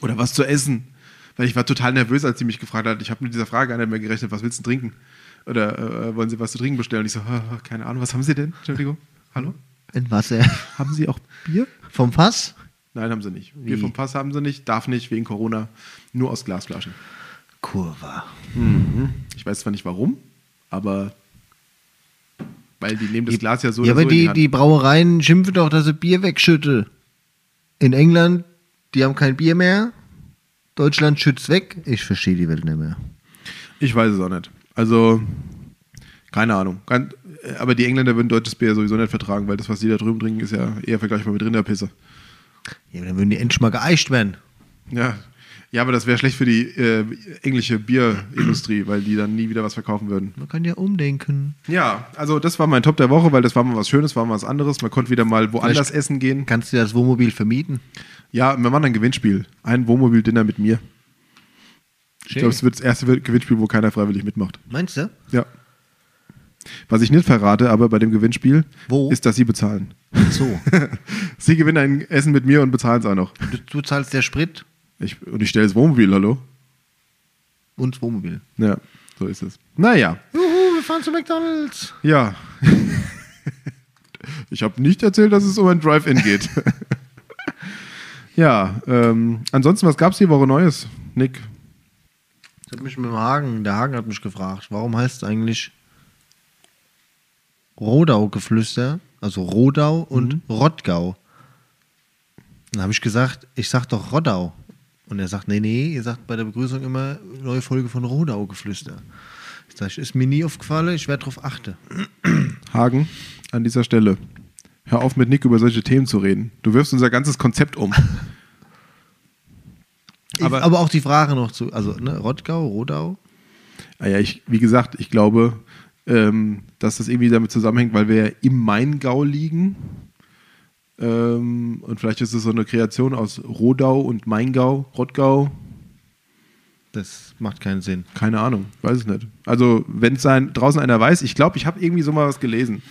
oder was zu essen. Weil ich war total nervös, als sie mich gefragt hat. Ich habe mit dieser Frage gar nicht mehr gerechnet, was willst du denn trinken? Oder äh, wollen sie was zu trinken bestellen? Und ich so, "Ah, keine Ahnung, was haben sie denn? Entschuldigung, hallo? In Wasser. Haben sie auch Bier? Vom Fass? Nein, haben sie nicht. Bier Wie? vom Pass haben sie nicht, darf nicht, wegen Corona, nur aus Glasflaschen. Kurva. Ich weiß zwar nicht warum, aber weil die nehmen das Glas ja so ja, oder aber so in die, Hand. die Brauereien schimpfen doch, dass sie Bier wegschütte. In England, die haben kein Bier mehr. Deutschland schützt weg. Ich verstehe die Welt nicht mehr. Ich weiß es auch nicht. Also, keine Ahnung. Kein- Aber die Engländer würden deutsches Bier sowieso nicht vertragen, weil das, was die da drüben trinken, ist ja eher vergleichbar mit Rinderpisse. Ja, aber dann würden die endlich mal geeicht werden. Ja, Ja, aber das wäre schlecht für die äh, englische Bierindustrie, weil die dann nie wieder was verkaufen würden. Man kann ja umdenken. Ja, also das war mein Top der Woche, weil das war mal was Schönes, war mal was anderes. Man konnte wieder mal woanders Vielleicht- essen gehen. Kannst du das Wohnmobil vermieten? Ja, wir machen ein Gewinnspiel. Ein Wohnmobil-Dinner mit mir. Ich glaube, es wird das erste Gewinnspiel, wo keiner freiwillig mitmacht. Meinst du? Ja. Was ich nicht verrate, aber bei dem Gewinnspiel, Wo? ist, dass sie bezahlen. So. Sie gewinnen ein Essen mit mir und bezahlen es auch noch. du, du zahlst der Sprit Ich, und ich stelle das Wohnmobil, hallo? und das Wohnmobil. Ja, so ist es. Naja, Juhu, wir fahren zu McDonalds. ja. ich habe nicht erzählt, dass es um ein Drive-In geht. ja, ähm, ansonsten, was gab es die Woche Neues, Nick? Ich habe mich mit dem Hagen, der Hagen hat mich gefragt, warum heißt es eigentlich Rodau-Geflüster, also Rodau und Rottgau? Dann habe ich gesagt, ich sag doch Roddau. Und er sagt, nee, nee, ihr sagt bei der Begrüßung immer neue Folge von Rodau-Geflüster. Ich sage, ist mir nie aufgefallen, ich werde darauf achten. Hagen, an dieser Stelle. Hör auf, mit Nick über solche Themen zu reden. Du wirfst unser ganzes Konzept um. Aber, Aber- ich, aber auch die Frage noch zu, also ne, Rottgau, Rodau, Naja, Ah ich, wie gesagt, ich glaube, ähm, dass das irgendwie damit zusammenhängt, weil wir ja im Maingau liegen. Ähm, und vielleicht ist es so eine Kreation aus Rodau und Maingau, Rottgau, das macht keinen Sinn. keine Ahnung, weiß es nicht. Also, wenn es sein- draußen einer weiß, ich glaube, ich habe irgendwie so mal was gelesen,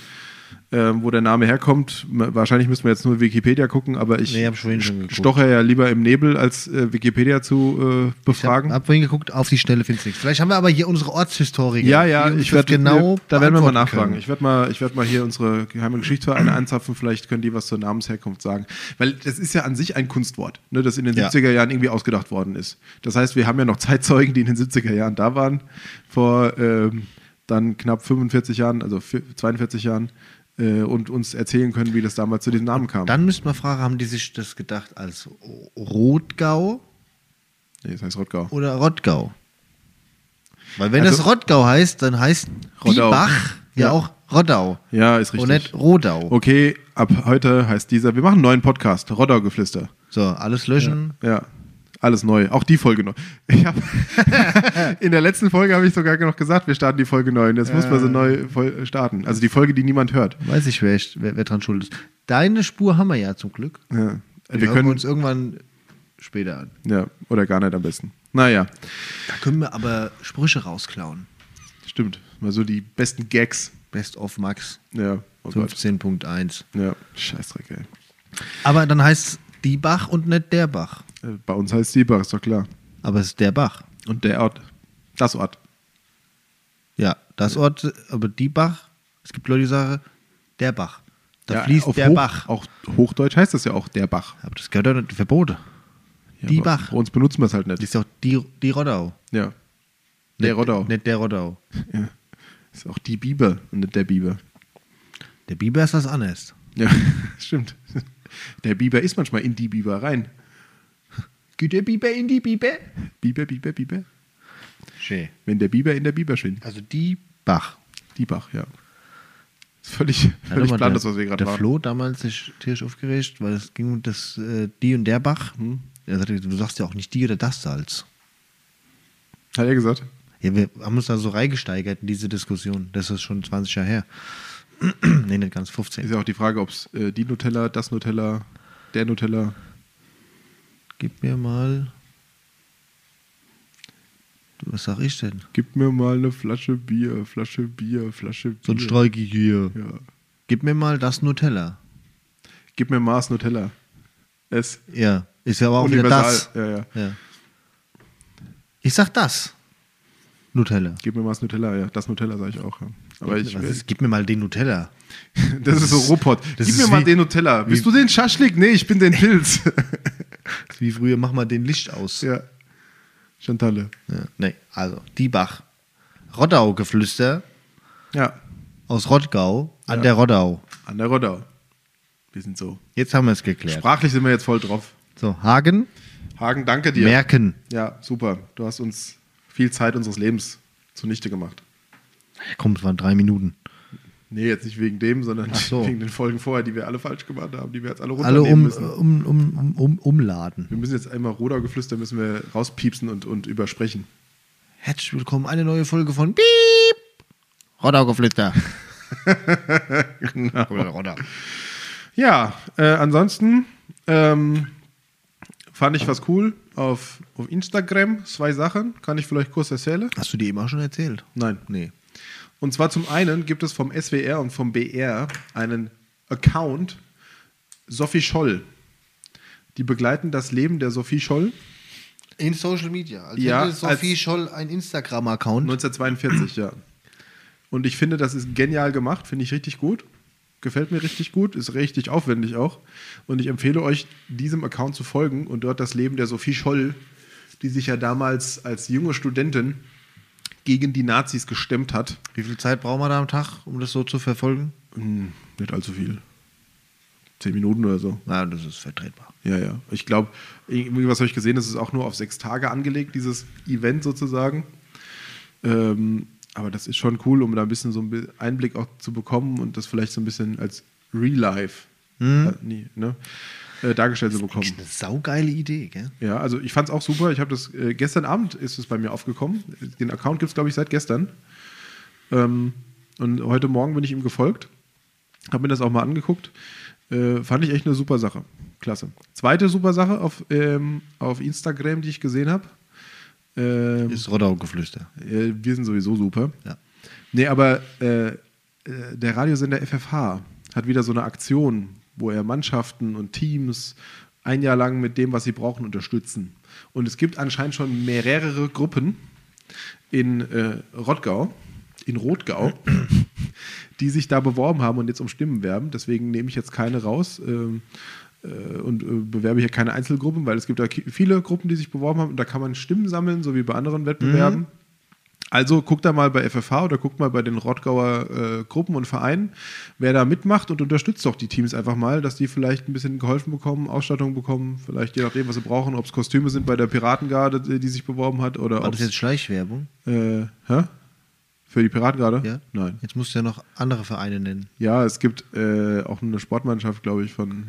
ähm, wo der Name herkommt. Ma- Wahrscheinlich müssen wir jetzt nur Wikipedia gucken, aber ich Nee, hab ich vorhin schon geguckt. stoche ja lieber im Nebel, als äh, Wikipedia zu äh, Ich hab, befragen. hab vorhin geguckt, auf die Schnelle findest du nichts. Vielleicht haben wir aber hier unsere Ortshistoriker. Ja, ja, die uns ich das werde genau. Da werden wir mal beantworten nachfragen. können. Ich werde mal, ich werde mal hier unsere geheime Geschichtsvereine anzapfen. Vielleicht können die was zur Namensherkunft sagen, weil das ist ja an sich ein Kunstwort, ne, das in den Ja. 70er Jahren irgendwie ausgedacht worden ist. Das heißt, wir haben ja noch Zeitzeugen, die in den 70er Jahren da waren, vor ähm, dann knapp 45 Jahren, also vi- 42 Jahren, äh, und uns erzählen können, wie das damals zu diesem Namen kam. Dann müsste man fragen, haben die sich das gedacht als O- Rotgau nee, das heißt Rottgau. oder Rottgau? Weil wenn Also- das Rottgau heißt, dann heißt Roddau. Biebach ja, Ja. auch Roddau Ja, ist und nicht richtig. Oh. Rodau. Okay, ab heute heißt dieser. Wir machen einen neuen Podcast, Roddau-Geflüster. So, alles löschen. Ja, alles neu. Auch die Folge neu. Ich hab, in der letzten Folge habe ich sogar noch gesagt, wir starten die Folge neu. Und jetzt muss man Äh. so neu voll starten. Also die Folge, die niemand hört. Weiß ich, wer, echt- wer, wer dran schuld ist. Deine Spur haben wir ja zum Glück. Ja. Die Wir hören können uns irgendwann später an. Ja, oder gar nicht am besten. Naja, Da können wir aber Sprüche rausklauen. stimmt. Mal so die besten Gags. Best of Max Ja, oh Gott. 15.1. Ja, Scheißdreck, ey. Aber dann heißt es die Bach und nicht der Bach. Äh, Bei uns heißt Siebach, ist doch klar. Aber es ist der Bach. Und der Ort. Das Ort. Ja, das Ort, aber die Bach. Es gibt Leute, die sagen, der Bach. Da Ja, fließt auf der Hoch, Bach. Auch Hochdeutsch heißt das ja auch der Bach. Aber das gehört doch nicht verboten. Ja, die aber Bach. Bei uns benutzen wir es halt Das nicht. ist doch die, die Roddau. Ja. Der nicht, Roddau. Nicht der Roddau. Ja. Ist auch die Biber und nicht der Biber. Der Biber ist was anderes. Ja, stimmt. Der Biber ist manchmal in die Biber rein. Geht der Biber in die Biber? Biber, Biber, Biber. Schön. Wenn der Biber in der Biber steht. Also die Bach. Die Bach, ja. Ist völlig, Ja, völlig doch mal, plan, der- das, was wir gerade Der machen. Flo damals sich tierisch aufgeregt, weil es ging um das äh, die und der Bach. hm? Er sagte, du sagst ja auch nicht die oder das Salz. Hat er gesagt? Ja, wir haben uns da so reingesteigert in diese Diskussion. Das ist schon 20 Jahre her. nee, nicht ganz, Ist 15. ja auch die Frage, ob es äh, die Nutella, das Nutella, der Nutella. Gib mir mal. Was sag ich denn? Gib mir mal eine Flasche Bier, Flasche Bier, Flasche Bier. So ein Streugier. Ja. Gib mir mal das Nutella. Gib mir Mars Nutella. Es. Ja, ist ja aber auch wieder Universal. das. Ja, ja. Ja. Ich sag das. Nutella. Gib mir Mars Nutella, ja. Das Nutella sage ich auch. Ja. Aber ich, Was ist, gib mir mal den Nutella. Das ist so Robot. das Gib ist mir mal wie- den Nutella. Bist wie- du den Schaschlik? Nee, ich bin den Pilz. Das ist Wie früher, mach mal den Licht aus. ja. Chantalle. Ja, Nee, also, die Bach. Roddau-Geflüster Ja. aus Rottgau an Ja. der Roddau. An der Roddau. Wir sind so. Jetzt haben wir es geklärt. Sprachlich sind wir jetzt voll drauf. So, Hagen, Hagen, danke dir. Merken. ja, super. Du hast uns viel Zeit unseres Lebens zunichte gemacht. Ja, komm, es waren drei Minuten. Nee, jetzt nicht wegen dem, sondern Ach so. wegen den Folgen vorher, die wir alle falsch gemacht haben, die wir jetzt alle Alle runternehmen um, müssen. um, um, um, um, umladen. Wir müssen jetzt einmal Rudergeflüster müssen wir rauspiepsen und, und übersprechen. Herzlich willkommen, eine neue Folge von Piep! Roddergeflüster. genau. Rodder. Ja, äh, ansonsten ähm, fand ich was cool auf, auf Instagram. Zwei Sachen kann ich vielleicht kurz erzählen. Hast du die eben auch schon erzählt? Nein. Nee. Und zwar zum einen gibt es vom SWR und vom BR einen Account Sophie Scholl. Die begleiten das Leben der Sophie Scholl In Social Media. Als Ja, hätte Sophie als- Scholl ein Instagram-Account. 1942, ja. Und ich finde, das ist genial gemacht, finde ich richtig gut. Gefällt mir richtig gut, ist richtig aufwendig auch. Und ich empfehle euch, diesem Account zu folgen und dort das Leben der Sophie Scholl, die sich ja damals als junge Studentin gegen die Nazis gestemmt hat. Wie viel Zeit brauchen wir da am Tag, um das so zu verfolgen? Hm, nicht allzu viel. Zehn Minuten oder so. Na, das ist vertretbar. Ja, ja. Ich glaube, irgendwie was habe ich gesehen, das ist auch nur auf sechs Tage angelegt, dieses Event sozusagen. Ähm, aber das ist schon cool, um da ein bisschen so einen Bi- Einblick auch zu bekommen und das vielleicht so ein bisschen als Real Life äh, nee, ne, äh, dargestellt zu bekommen. Echt eine saugeile Idee, gell? Ja, also ich fand es auch super. Ich habe das äh, gestern Abend ist es bei mir aufgekommen. Den Account gibt es, glaube ich, seit gestern. Ähm, und heute Morgen bin ich ihm gefolgt. Habe mir das auch mal angeguckt. Äh, fand ich echt eine super Sache. Klasse. Zweite super Sache auf, ähm, auf Instagram, die ich gesehen habe. Ähm, Ist Roddergeflüster. äh, wir sind sowieso super. Ja. Nee, aber äh, äh, der Radiosender FFH hat wieder so eine Aktion, wo er Mannschaften und Teams ein Jahr lang mit dem, was sie brauchen, unterstützen. Und es gibt anscheinend schon mehrere Gruppen in äh, Rottgau, in Rotgau, die sich da beworben haben und jetzt um Stimmen werben. Deswegen nehme ich jetzt keine raus. ähm, äh, und äh, bewerbe hier keine Einzelgruppen, weil es gibt da ki- viele Gruppen, die sich beworben haben und da kann man Stimmen sammeln, so wie bei anderen Wettbewerben. Mhm. Also guckt da mal bei FFH oder guckt mal bei den Rottgauer äh, Gruppen und Vereinen, wer da mitmacht und unterstützt doch die Teams einfach mal, dass die vielleicht ein bisschen geholfen bekommen, Ausstattung bekommen, vielleicht je nachdem, was sie brauchen, ob es Kostüme sind bei der Piratengarde, die die sich beworben hat oder War ob das jetzt Schleichwerbung? äh, hä? Für die Piratengarde? Ja? Nein. Jetzt musst du ja noch andere Vereine nennen. Ja, es gibt äh, auch eine Sportmannschaft, glaube ich, von,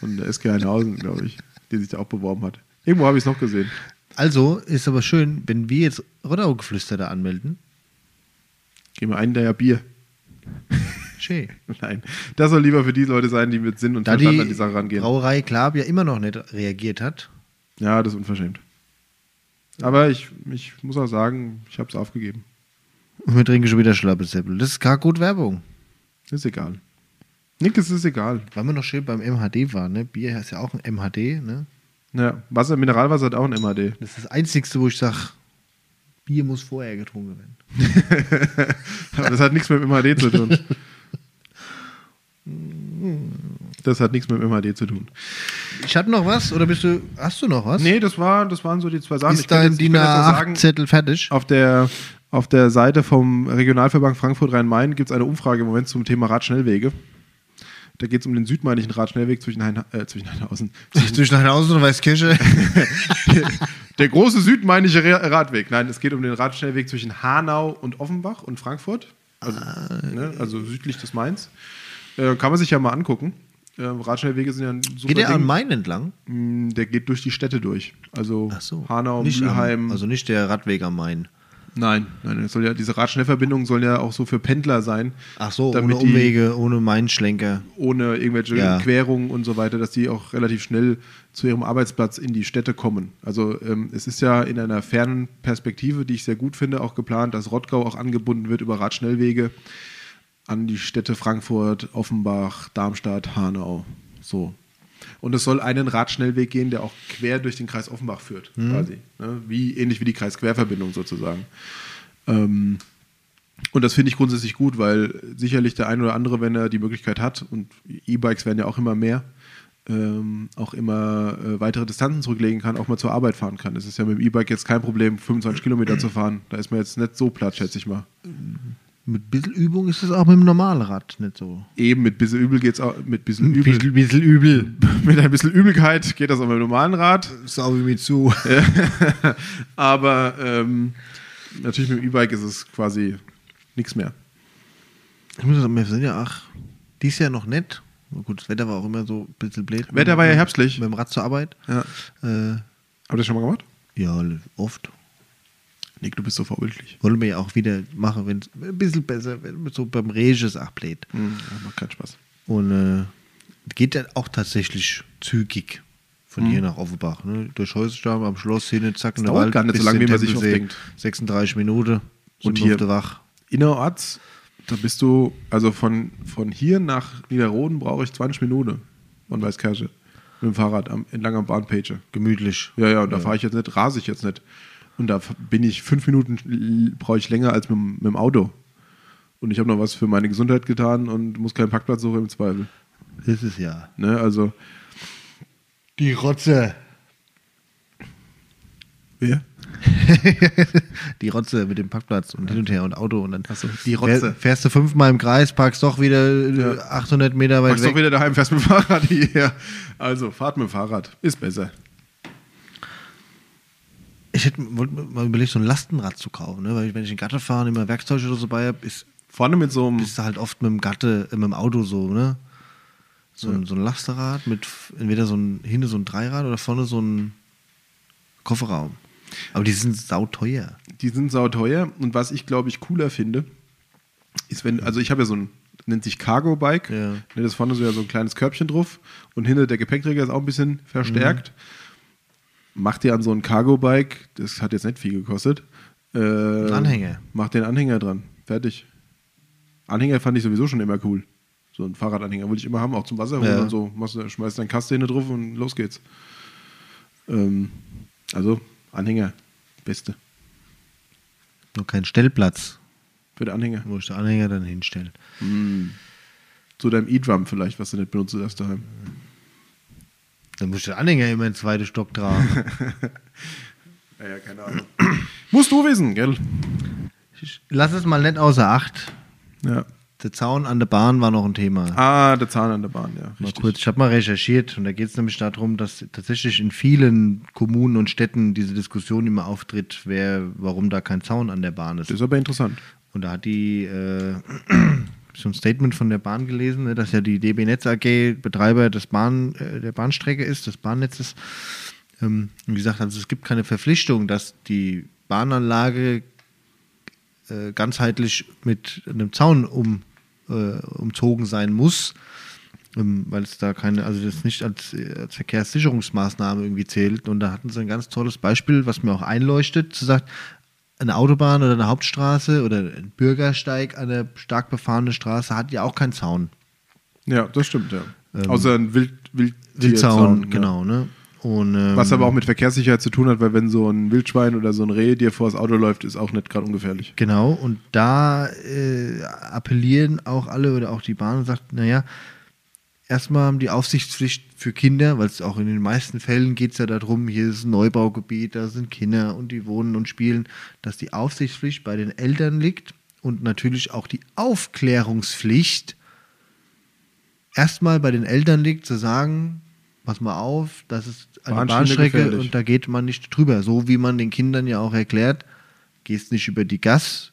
von der SK Einhausen, glaube ich, die sich da auch beworben hat. Irgendwo habe ich es noch gesehen. Also ist aber schön, wenn wir jetzt Roddergeflüster da anmelden. Gehen wir einen der Bier. Schön. Nein, das soll lieber für die Leute sein, die mit Sinn und Da Verstand die, an die Sache rangehen. Brauerei Klab ja immer noch nicht reagiert hat, Ja, das ist unverschämt. Aber ich, ich muss auch sagen, ich habe es aufgegeben. und wir trinken schon wieder Schlappesäppel. Das ist gar gut Werbung. Ist egal. Nick, es ist egal. Weil wir noch schön beim MHD waren, ne? Bier ist ja auch ein MHD, ne? Ja, Wasser, Mineralwasser hat auch ein MHD. Das ist das Einzigste, wo ich sage, Bier muss vorher getrunken werden. Aber das hat nichts mit dem MHD zu tun. Das hat nichts mit dem MHD zu tun. Ich hatte noch was oder bist du, hast du noch was? Nee, das, war, das waren so die zwei Sachen. Ist dein DIN sagen, A8-Zettel fertig? auf der, auf der Seite vom Regionalverband Frankfurt-Rhein-Main gibt es eine Umfrage im Moment zum Thema Radschnellwege. Da geht es um den südmainischen Radschnellweg zwischen, Hein, äh, zwischen Heinhausen, Zwischen Heinhausen und Weißkirche. Der große südmainische Ra- Radweg. Nein, es geht um den Radschnellweg zwischen Hanau und Offenbach und Frankfurt. Also, Ah, ne, also südlich des Mains. Äh, kann man sich ja mal angucken. Äh, Radschnellwege sind ja ein super Geht der am Ding. Main entlang? Mm, Der geht durch die Städte durch. Also Ach so. Hanau, nicht Mülheim. Am, also nicht der Radweg am Main. nein, nein, es soll ja, diese Radschnellverbindungen sollen ja auch so für Pendler sein. Ach so, damit ohne die- Umwege, ohne Mainschlenker. ohne irgendwelche Ja. Querungen und so weiter, dass die auch relativ schnell zu ihrem Arbeitsplatz in die Städte kommen. Also ähm, es ist ja in einer fernen Perspektive, die ich sehr gut finde, auch geplant, dass Rottgau auch angebunden wird über Radschnellwege an die Städte Frankfurt, Offenbach, Darmstadt, Hanau. So. Und es soll einen Radschnellweg gehen, der auch quer durch den Kreis Offenbach führt, quasi. Ne? Wie, ähnlich wie die Kreisquerverbindung sozusagen. Ähm, und das finde ich grundsätzlich gut, weil sicherlich der ein oder andere, wenn er die Möglichkeit hat, und E-Bikes werden ja auch immer mehr, ähm, auch immer äh, weitere Distanzen zurücklegen kann, auch mal zur Arbeit fahren kann. Es ist ja mit dem E-Bike jetzt kein Problem, 25 Kilometer zu fahren. Da ist man jetzt nicht so platt, schätze ich mal. Mit ein bisschen Übung ist es auch mit dem Normalrad nicht so. Eben mit bisschen übel geht's auch, mit bisschen übel, bisschen übel. mit ein bisschen Übelkeit geht das auch mit dem normalen Rad. Sau wie mir zu. Aber ähm, natürlich mit dem E-Bike ist es quasi nichts mehr. Ich muss sagen, wir sind ja, ach, dies Jahr noch nett. Na Gut, das Wetter war auch immer so ein bisschen blöd. Wetter war ja Mit- herbstlich. Mit dem Rad zur Arbeit. Ja. Äh, Habt ihr das schon mal gemacht? ja, oft. Nick, du bist so vorbildlich. Wollen wir ja auch wieder machen, wenn es ein bisschen besser wenn so beim Reges ablädt. Hm, ja, macht keinen Spaß. Und äh, geht dann auch tatsächlich zügig von hier nach Offenbach. Ne? Durch Häuserstamm, am Schloss hin, zack, in der Mhm. dauert Wald. gar nicht so bis lange, in wie man sich Tempelsee. oft denkt. 36 Minuten Und sind wir hier- auf der Wach. Innerorts, da bist du, also von, von hier nach Niederroden brauche ich 20 Minuten von Weißkirche mit dem Fahrrad am, entlang am Bahnpage. Gemütlich. Ja, ja, und da fahre ich jetzt nicht, rase ich jetzt nicht. Und da f- bin ich fünf Minuten, l- brauche ich länger als mit, dem- mit dem Auto. Und ich habe noch was für meine Gesundheit getan und muss keinen Parkplatz suchen im Zweifel. Das ist ja. Ne? Also, Die Rotze. wer? die Rotze mit dem Parkplatz und hin und her und Auto und dann Ach so, die Rotze. Fähr- fährst du fünfmal im Kreis, parkst doch wieder äh, 800 Meter weit Machst doch weg. wieder daheim, fährst mit dem Fahrrad hierher. Also, fahrt mit dem Fahrrad, ist besser. Ich hätte wollte mir mal überlegt, so ein Lastenrad zu kaufen, ne? weil ich, wenn ich in den Gatte fahre und immer Werkzeug oder so bei habe, ist, Vorne mit so einem bist du halt oft mit dem Gatte, äh, mit dem Auto so, ne? So, ein, so ein Lasterrad mit f- entweder so ein, hinten so ein Dreirad oder vorne so ein Kofferraum. Aber die sind sauteuer. Die sind sauteuer. Und was ich, glaube ich, cooler finde, ist, wenn, also ich habe ja so ein, nennt sich Cargo-Bike. Ja. Ne, Das ist vorne so ja so ein kleines Körbchen drauf und hinter der Gepäckträger ist auch ein bisschen verstärkt. Mhm. Macht ihr an so ein Cargo-Bike, das hat jetzt nicht viel gekostet. Äh, Anhänger. Macht den Anhänger dran. Fertig. Anhänger fand ich sowieso schon immer cool. So ein Fahrradanhänger wollte ich immer haben, auch zum Wasser holen Ja. und so. Machst, du- schmeißt deinen Kasten hinten drauf und los geht's. Ähm, also, Anhänger, beste. Nur kein Stellplatz, Für den Anhänger. wo ich den Anhänger dann hinstelle. Zu deinem E-Drum vielleicht, was du nicht benutzt hast daheim. Dann muss ich den Anhänger immer in den zweiten Stock tragen. Naja, keine Ahnung. Musst du wissen, gell? Ich Lass es mal nicht außer Acht. Ja. Der Zaun an der Bahn war noch ein Thema. Ah, der Zahn an der Bahn, ja. mal Richtig. kurz, ich habe mal recherchiert und da geht es nämlich darum, dass tatsächlich in vielen Kommunen und Städten diese Diskussion immer auftritt, wer, warum da kein Zaun an der Bahn ist. Das ist aber interessant. Und da hat die äh, so ein Statement von der Bahn gelesen, ne, dass ja die DB Netz AG Betreiber des Bahn, äh, der Bahnstrecke ist, des Bahnnetzes. Ähm, und gesagt, also es gibt keine Verpflichtung, dass die Bahnanlage äh, ganzheitlich mit einem Zaun um, äh, umzogen sein muss, ähm, weil es da keine, also das nicht als, äh, als Verkehrssicherungsmaßnahme irgendwie zählt. Und da hatten sie ein ganz tolles Beispiel, was mir auch einleuchtet, zu sagt, eine Autobahn oder eine Hauptstraße oder ein Bürgersteig an der stark befahrenen Straße hat ja auch keinen Zaun. Ja, das stimmt, ja. Außer ein Wild, Wild, Zaun, ja. genau, ne? Und, ähm, Was aber auch mit Verkehrssicherheit zu tun hat, weil wenn so ein Wildschwein oder so ein Reh dir vor das Auto läuft, ist auch nicht gerade ungefährlich. Genau, und da äh, appellieren auch alle oder auch die Bahn und sagt, naja, erstmal haben die Aufsichtspflicht für Kinder, weil es auch in den meisten Fällen geht es ja darum, hier ist ein Neubaugebiet, da sind Kinder und die wohnen und spielen, dass die Aufsichtspflicht bei den Eltern liegt und natürlich auch die Aufklärungspflicht erstmal bei den Eltern liegt, zu sagen, pass mal auf, das ist eine Bahnschiene Bahnstrecke gefährlich. und da geht man nicht drüber. So wie man den Kindern ja auch erklärt, gehst nicht über die Gas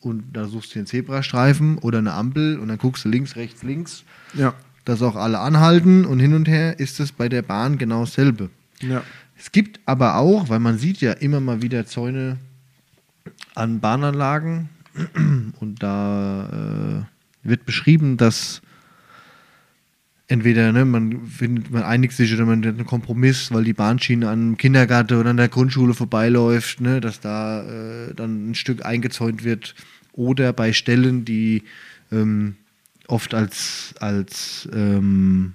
und da suchst du den Zebrastreifen oder eine Ampel und dann guckst du links, rechts, links, Ja. dass auch alle anhalten und hin und her ist es bei der Bahn genau dasselbe. Ja. Es gibt aber auch, weil man sieht ja immer mal wieder Zäune an Bahnanlagen und da äh, wird beschrieben, dass entweder ne, man findet, man einigt sich oder man hat einen Kompromiss, weil die Bahnschiene an einem Kindergarten oder an der Grundschule vorbeiläuft, ne, dass da äh, dann ein Stück eingezäunt wird oder bei Stellen, die ähm, oft als, als ähm,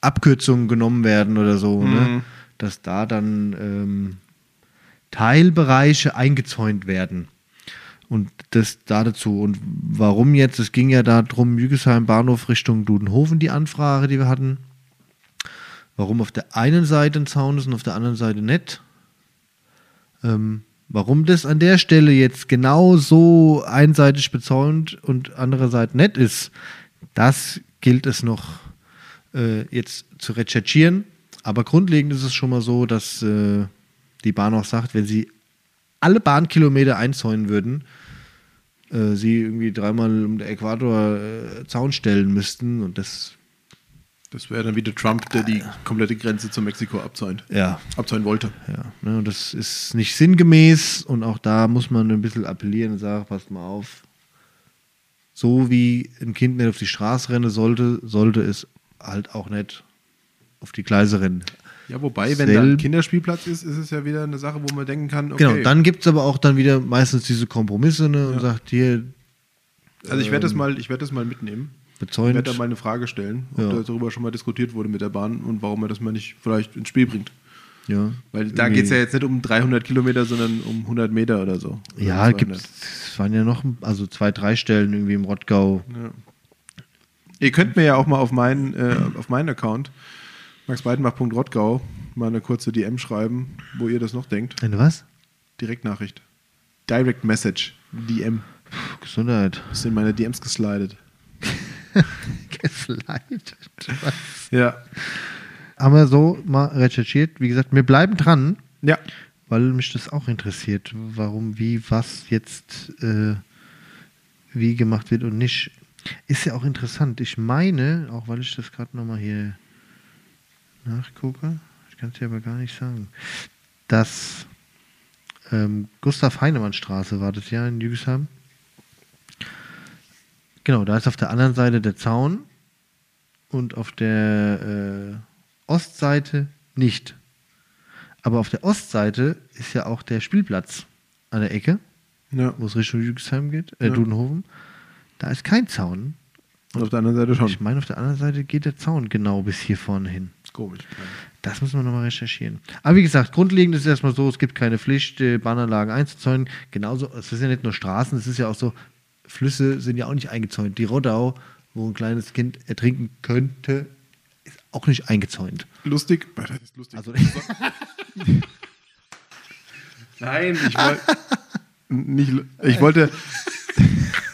Abkürzungen genommen werden oder so, ne? dass da dann ähm, Teilbereiche eingezäunt werden. Und das da dazu. Und warum jetzt? Es ging ja darum, Jügesheim Bahnhof Richtung Dudenhofen, die Anfrage, die wir hatten. Warum auf der einen Seite ein Zaun ist und auf der anderen Seite nicht. Ähm, warum das an der Stelle jetzt genau so einseitig bezäunt und andererseits nett ist, das gilt es noch äh, jetzt zu recherchieren. Aber grundlegend ist es schon mal so, dass äh, die Bahn auch sagt, wenn sie alle Bahnkilometer einzäunen würden, äh, sie irgendwie dreimal um den Äquator äh, Zaun stellen müssten und das, Das wäre dann wieder Trump, der die komplette Grenze zu Mexiko abzäunt. ja, Abzäunen wollte. ja, ne, und das ist nicht sinngemäß und auch da muss man ein bisschen appellieren und sagen, passt mal auf. So wie ein Kind nicht auf die Straße rennen sollte, sollte es halt auch nicht auf die Gleise rennen. Ja, wobei, wenn da Sel- ein Kinderspielplatz ist, ist es ja wieder eine Sache, wo man denken kann, okay. Genau, dann gibt es aber auch dann wieder meistens diese Kompromisse ne, und sagt, hier, also ich werde Ähm. das mal, ich werde das mal mitnehmen. Ich bezäunt. werde da mal eine Frage stellen, ob Ja. da darüber schon mal diskutiert wurde mit der Bahn und warum man das mal nicht vielleicht ins Spiel bringt. ja, Weil da irgendwie- geht es ja jetzt nicht um 300 Kilometer, sondern um 100 Meter oder so. Oder Ja, 200. gibt es waren ja noch also zwei, drei Stellen irgendwie im Rottgau. Ihr könnt mir ja auch mal auf meinen, äh, auf meinen Account maxbeidenbach.rottgau mal eine kurze DM schreiben, wo ihr das noch denkt. Eine was? Direktnachricht. Direct Message. DM. Puh, Gesundheit. Ist in meine DMs geslidet. Gefleitet. Ja. Haben wir so mal recherchiert. Wie gesagt, wir bleiben dran, Ja. weil mich das auch interessiert, warum, wie, was jetzt äh, wie gemacht wird und nicht. Ist ja auch interessant. Ich meine, auch weil ich das gerade nochmal hier nachgucke, ich kann es dir aber gar nicht sagen, dass ähm, Gustav-Heinemann-Straße war das ja in Jügesheim. Genau, da ist auf der anderen Seite der Zaun und auf der äh, Ostseite nicht. Aber auf der Ostseite ist ja auch der Spielplatz an der Ecke, ja. wo es Richtung Jügesheim geht, äh, Ja. Dudenhofen. Da ist kein Zaun. Und auf der anderen Seite schon. Ich meine, auf der anderen Seite geht der Zaun genau bis hier vorne hin. Komisch. Das müssen wir nochmal recherchieren. Aber wie gesagt, grundlegend ist erstmal so, es gibt keine Pflicht, äh, Bahnanlagen einzuzäunen. Genauso, es ist ja nicht nur Straßen, es ist ja auch so, Flüsse sind ja auch nicht eingezäunt. Die Rodau, wo ein kleines Kind ertrinken könnte, ist auch nicht eingezäunt. Lustig. Das ist lustig. Also- Also, Nein, ich wollte. nicht, lu- ich wollte.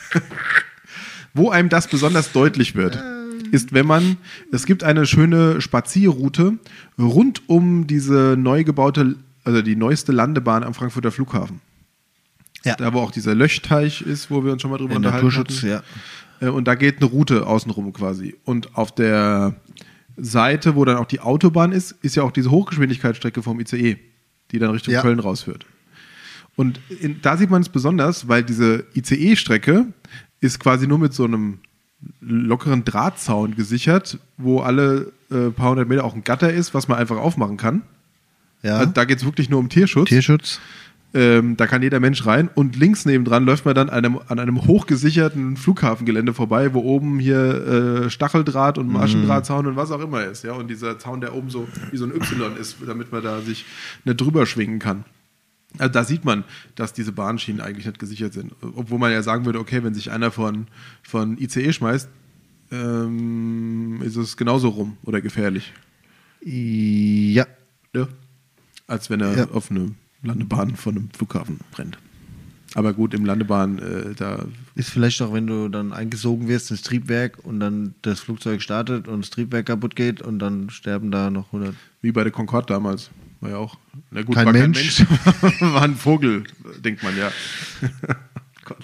wo einem das besonders deutlich wird, ist, wenn man. Es gibt eine schöne Spazierroute rund um diese neu gebaute, also die neueste Landebahn am Frankfurter Flughafen. Ja. Da, wo auch dieser Löschteich ist, wo wir uns schon mal drüber unterhalten hatten. ja. Äh, Und da geht eine Route außenrum quasi. Und auf der Seite, wo dann auch die Autobahn ist, ist ja auch diese Hochgeschwindigkeitsstrecke vom ICE, die dann Richtung Ja. Köln rausführt. Und in, da sieht man es besonders, weil diese ICE-Strecke ist quasi nur mit so einem lockeren Drahtzaun gesichert, wo alle äh, paar hundert Meter auch ein Gatter ist, was man einfach aufmachen kann. ja. Also da geht es wirklich nur um Tierschutz. Tierschutz. Ähm, da kann jeder Mensch rein. Und links nebendran läuft man dann einem, an einem hochgesicherten Flughafengelände vorbei, wo oben hier äh, Stacheldraht und Maschendrahtzaun und was auch immer ist. Ja? Und dieser Zaun, der oben so wie so ein Y ist, damit man da sich nicht drüber schwingen kann. Also da sieht man, dass diese Bahnschienen eigentlich nicht gesichert sind. Obwohl man ja sagen würde, okay, wenn sich einer von, von ICE schmeißt, ähm, ist es genauso rum oder gefährlich. Ja. Ja. Als wenn er Ja. auf eine Landebahn von einem Flughafen brennt. Aber gut, im Landebahn, äh, da. Ist vielleicht auch, wenn du dann eingesogen wirst ins Triebwerk und dann das Flugzeug startet und das Triebwerk kaputt geht und dann sterben da noch 100. Wie bei der Concorde damals. War ja auch. Na gut, Kein war Mensch. Mensch. war ein Vogel, denkt man, ja. Gott.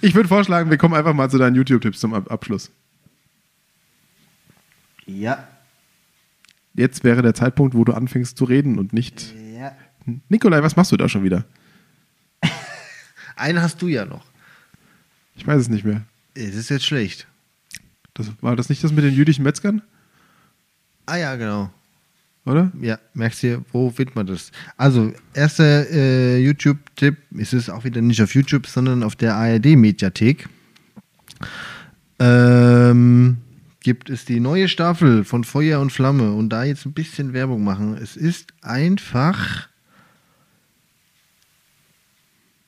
Ich würde vorschlagen, wir kommen einfach mal zu deinen YouTube-Tipps zum Ab Abschluss. Ja. Jetzt wäre der Zeitpunkt, wo du anfängst zu reden und nicht. Ja. Nikolai, was machst du da schon wieder? Einen hast du ja noch. Ich weiß es nicht mehr. Es ist jetzt schlecht. Das, war das nicht das mit den jüdischen Metzgern? Ah ja, genau. Oder? Ja, merkst du, wo findet man das? Also, erster äh, YouTube-Tipp, es ist auch wieder nicht auf YouTube, sondern auf der ARD-Mediathek. Ähm, gibt es die neue Staffel von Feuer und Flamme und da jetzt ein bisschen Werbung machen. Es ist einfach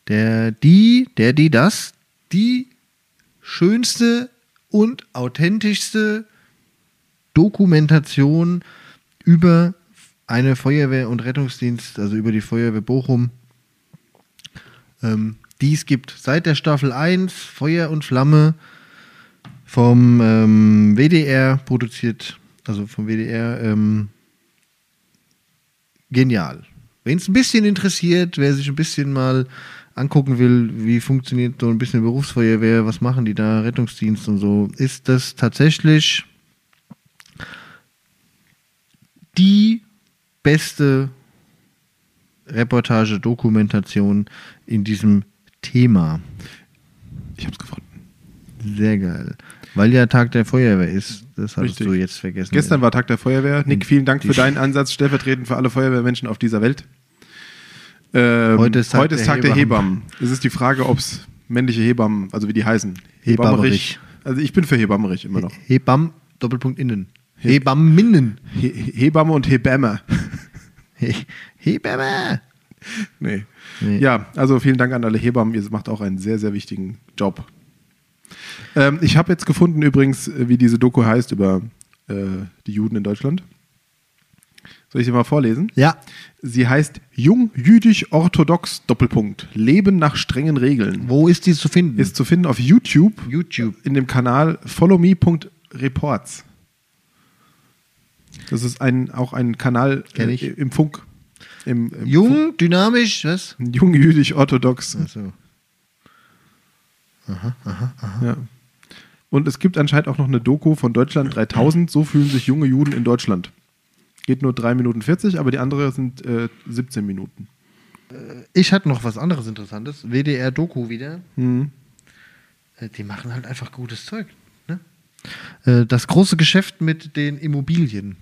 der, die, der, die, das, die schönste und authentischste Dokumentation über eine Feuerwehr- und Rettungsdienst, also über die Feuerwehr Bochum, ähm, die es gibt seit der Staffel 1, Feuer und Flamme vom ähm, WDR produziert, also vom WDR. Ähm, genial. Wen es ein bisschen interessiert, wer sich ein bisschen mal angucken will, wie funktioniert so ein bisschen Berufsfeuerwehr, was machen die da, Rettungsdienst und so, ist das tatsächlich die beste Reportage, Dokumentation in diesem Thema. Ich hab's gefunden. Sehr geil. Weil ja Tag der Feuerwehr ist, das hattest Richtig. du jetzt vergessen. Gestern war Tag der Feuerwehr. Nick, vielen Dank Die- für deinen Ansatz, stellvertretend für alle Feuerwehrmenschen auf dieser Welt. Ähm, Heute ist Tag heute ist der Tag der Hebammen. Hebammen. Es ist die Frage, ob es männliche Hebammen, also wie die heißen. Hebammerich. Also ich bin für Hebammerich immer noch. Hebam, Doppelpunkt innen. He- Hebamminnen. He Hebamme und Hebamme. He Hebamme. Nee. Nee. Ja, also vielen Dank an alle Hebammen. Ihr macht auch einen sehr, sehr wichtigen Job. Ähm, ich habe jetzt gefunden übrigens, äh, wie diese Doku heißt über äh, die Juden in Deutschland. Soll ich sie mal vorlesen? Ja. Sie heißt Jung Jüdisch Orthodox Doppelpunkt. Leben nach strengen Regeln. Wo ist die zu finden? Ist zu finden auf YouTube YouTube. in dem Kanal followme.reports. Das ist ein, auch ein Kanal äh, Kenn ich. im Funk. Im, im Jung, dynamisch, was? Funk. Jung Jüdisch Orthodox. Also, Ja. Und es gibt anscheinend auch noch eine Doku von Deutschland 3000. So fühlen sich junge Juden in Deutschland. Geht nur 3 Minuten 40, aber die andere sind äh, 17 Minuten. ich hatte noch was anderes Interessantes. WDR-Doku wieder. Hm. Äh, Die machen halt einfach gutes Zeug. Ne? Äh, Das große Geschäft mit den Immobilien.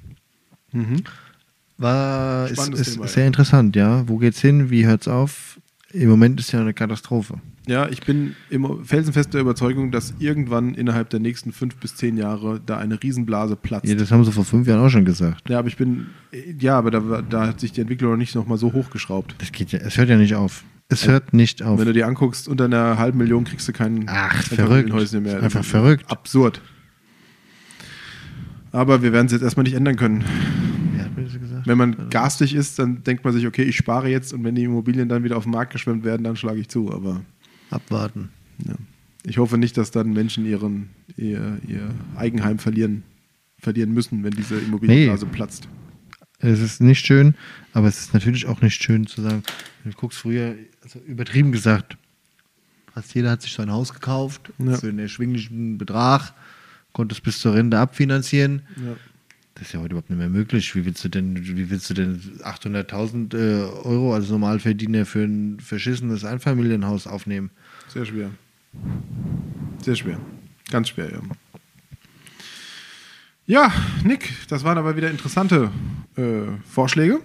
War ist, Mhm. Spannendes ist Thema, ja. sehr interessant, ja. Wo geht's hin? Wie hört's auf? Im Moment ist ja eine Katastrophe. Ja, ich bin immer felsenfest der Überzeugung, dass irgendwann innerhalb der nächsten fünf bis zehn Jahre da eine Riesenblase platzt. Ja, das haben sie vor fünf Jahren auch schon gesagt. Ja, aber ich bin, ja, aber da, war- da hat sich die Entwicklung noch nicht nochmal so hochgeschraubt. Das geht ja, es hört ja nicht auf. Es hört nicht auf. Wenn du dir anguckst, unter einer halben Million kriegst du keinen Ach, kein verrückt. Familienhäuschen mehr. Einfach verrückt. Absurd. Aber wir werden es jetzt erstmal nicht ändern können. Wer hat mir das gesagt? Wenn man garstig ist, dann denkt man sich, okay, ich spare jetzt und wenn die Immobilien dann wieder auf den Markt geschwemmt werden, dann schlage ich zu. Aber Abwarten. ja. ich hoffe nicht, dass dann Menschen ihren, ihr, ihr Eigenheim verlieren, verlieren müssen, wenn diese Immobilienblase platzt. Es ist nicht schön, aber es ist natürlich auch nicht schön zu sagen, du guckst früher, also übertrieben gesagt, fast jeder hat sich sein Haus gekauft Ja. für einen erschwinglichen Betrag, konnte es bis zur Rente abfinanzieren. Ja. Das ist ja heute überhaupt nicht mehr möglich. Wie willst du denn, wie willst du denn 800.000 äh, Euro als Normalverdiener für ein verschissenes Einfamilienhaus aufnehmen? Sehr schwer. Sehr schwer. Ganz schwer, ja. Ja, Nick, das waren aber wieder interessante äh, Vorschläge.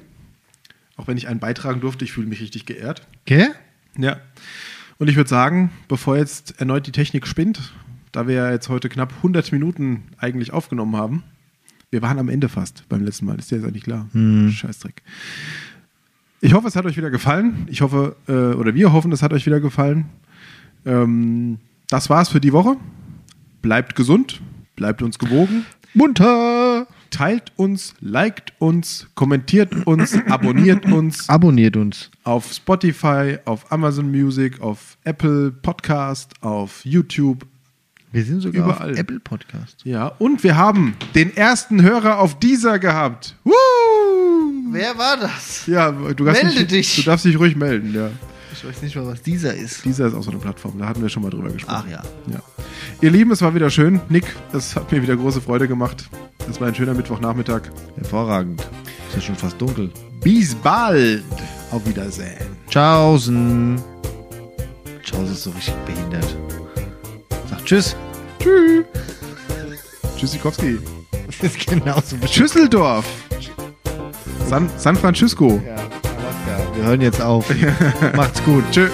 Auch wenn ich einen beitragen durfte, ich fühle mich richtig geehrt. Okay? Ja. Und ich würde sagen, bevor jetzt erneut die Technik spinnt, da wir ja jetzt heute knapp 100 Minuten eigentlich aufgenommen haben, wir waren am Ende fast beim letzten Mal, ist dir jetzt eigentlich klar. Scheißdreck. Ich hoffe, es hat euch wieder gefallen. Ich hoffe, äh, oder wir hoffen, es hat euch wieder gefallen. Ähm, das war's für die Woche. Bleibt gesund, bleibt uns gewogen, Munter! teilt uns, liked uns, kommentiert uns, abonniert uns Abonniert uns. auf Spotify, auf Amazon Music, auf Apple Podcast, auf YouTube. Wir sind sogar Überall. auf Apple Podcast. Ja, und wir haben den ersten Hörer auf dieser gehabt. Woo! Wer war das? Ja, du darfst Melde dich. dich. Du darfst dich ruhig melden, ja. Ich weiß nicht mal, was dieser ist. Dieser ist auch so eine Plattform, da hatten wir schon mal drüber gesprochen. Ach ja. ja. Ihr Lieben, es war wieder schön. Nick, das hat mir wieder große Freude gemacht. Das war ein schöner Mittwochnachmittag. Hervorragend. Ist ja schon fast dunkel. Bis bald. Auf Wiedersehen. Tschaußen. Tschaußen ist so richtig behindert. Sag Tschüss. Tschüss. Tschüssikowski. Das ist genauso Schüsseldorf. San, San Francisco. Ja, Alaska. Wir hören jetzt auf. Macht's gut. Tschüss.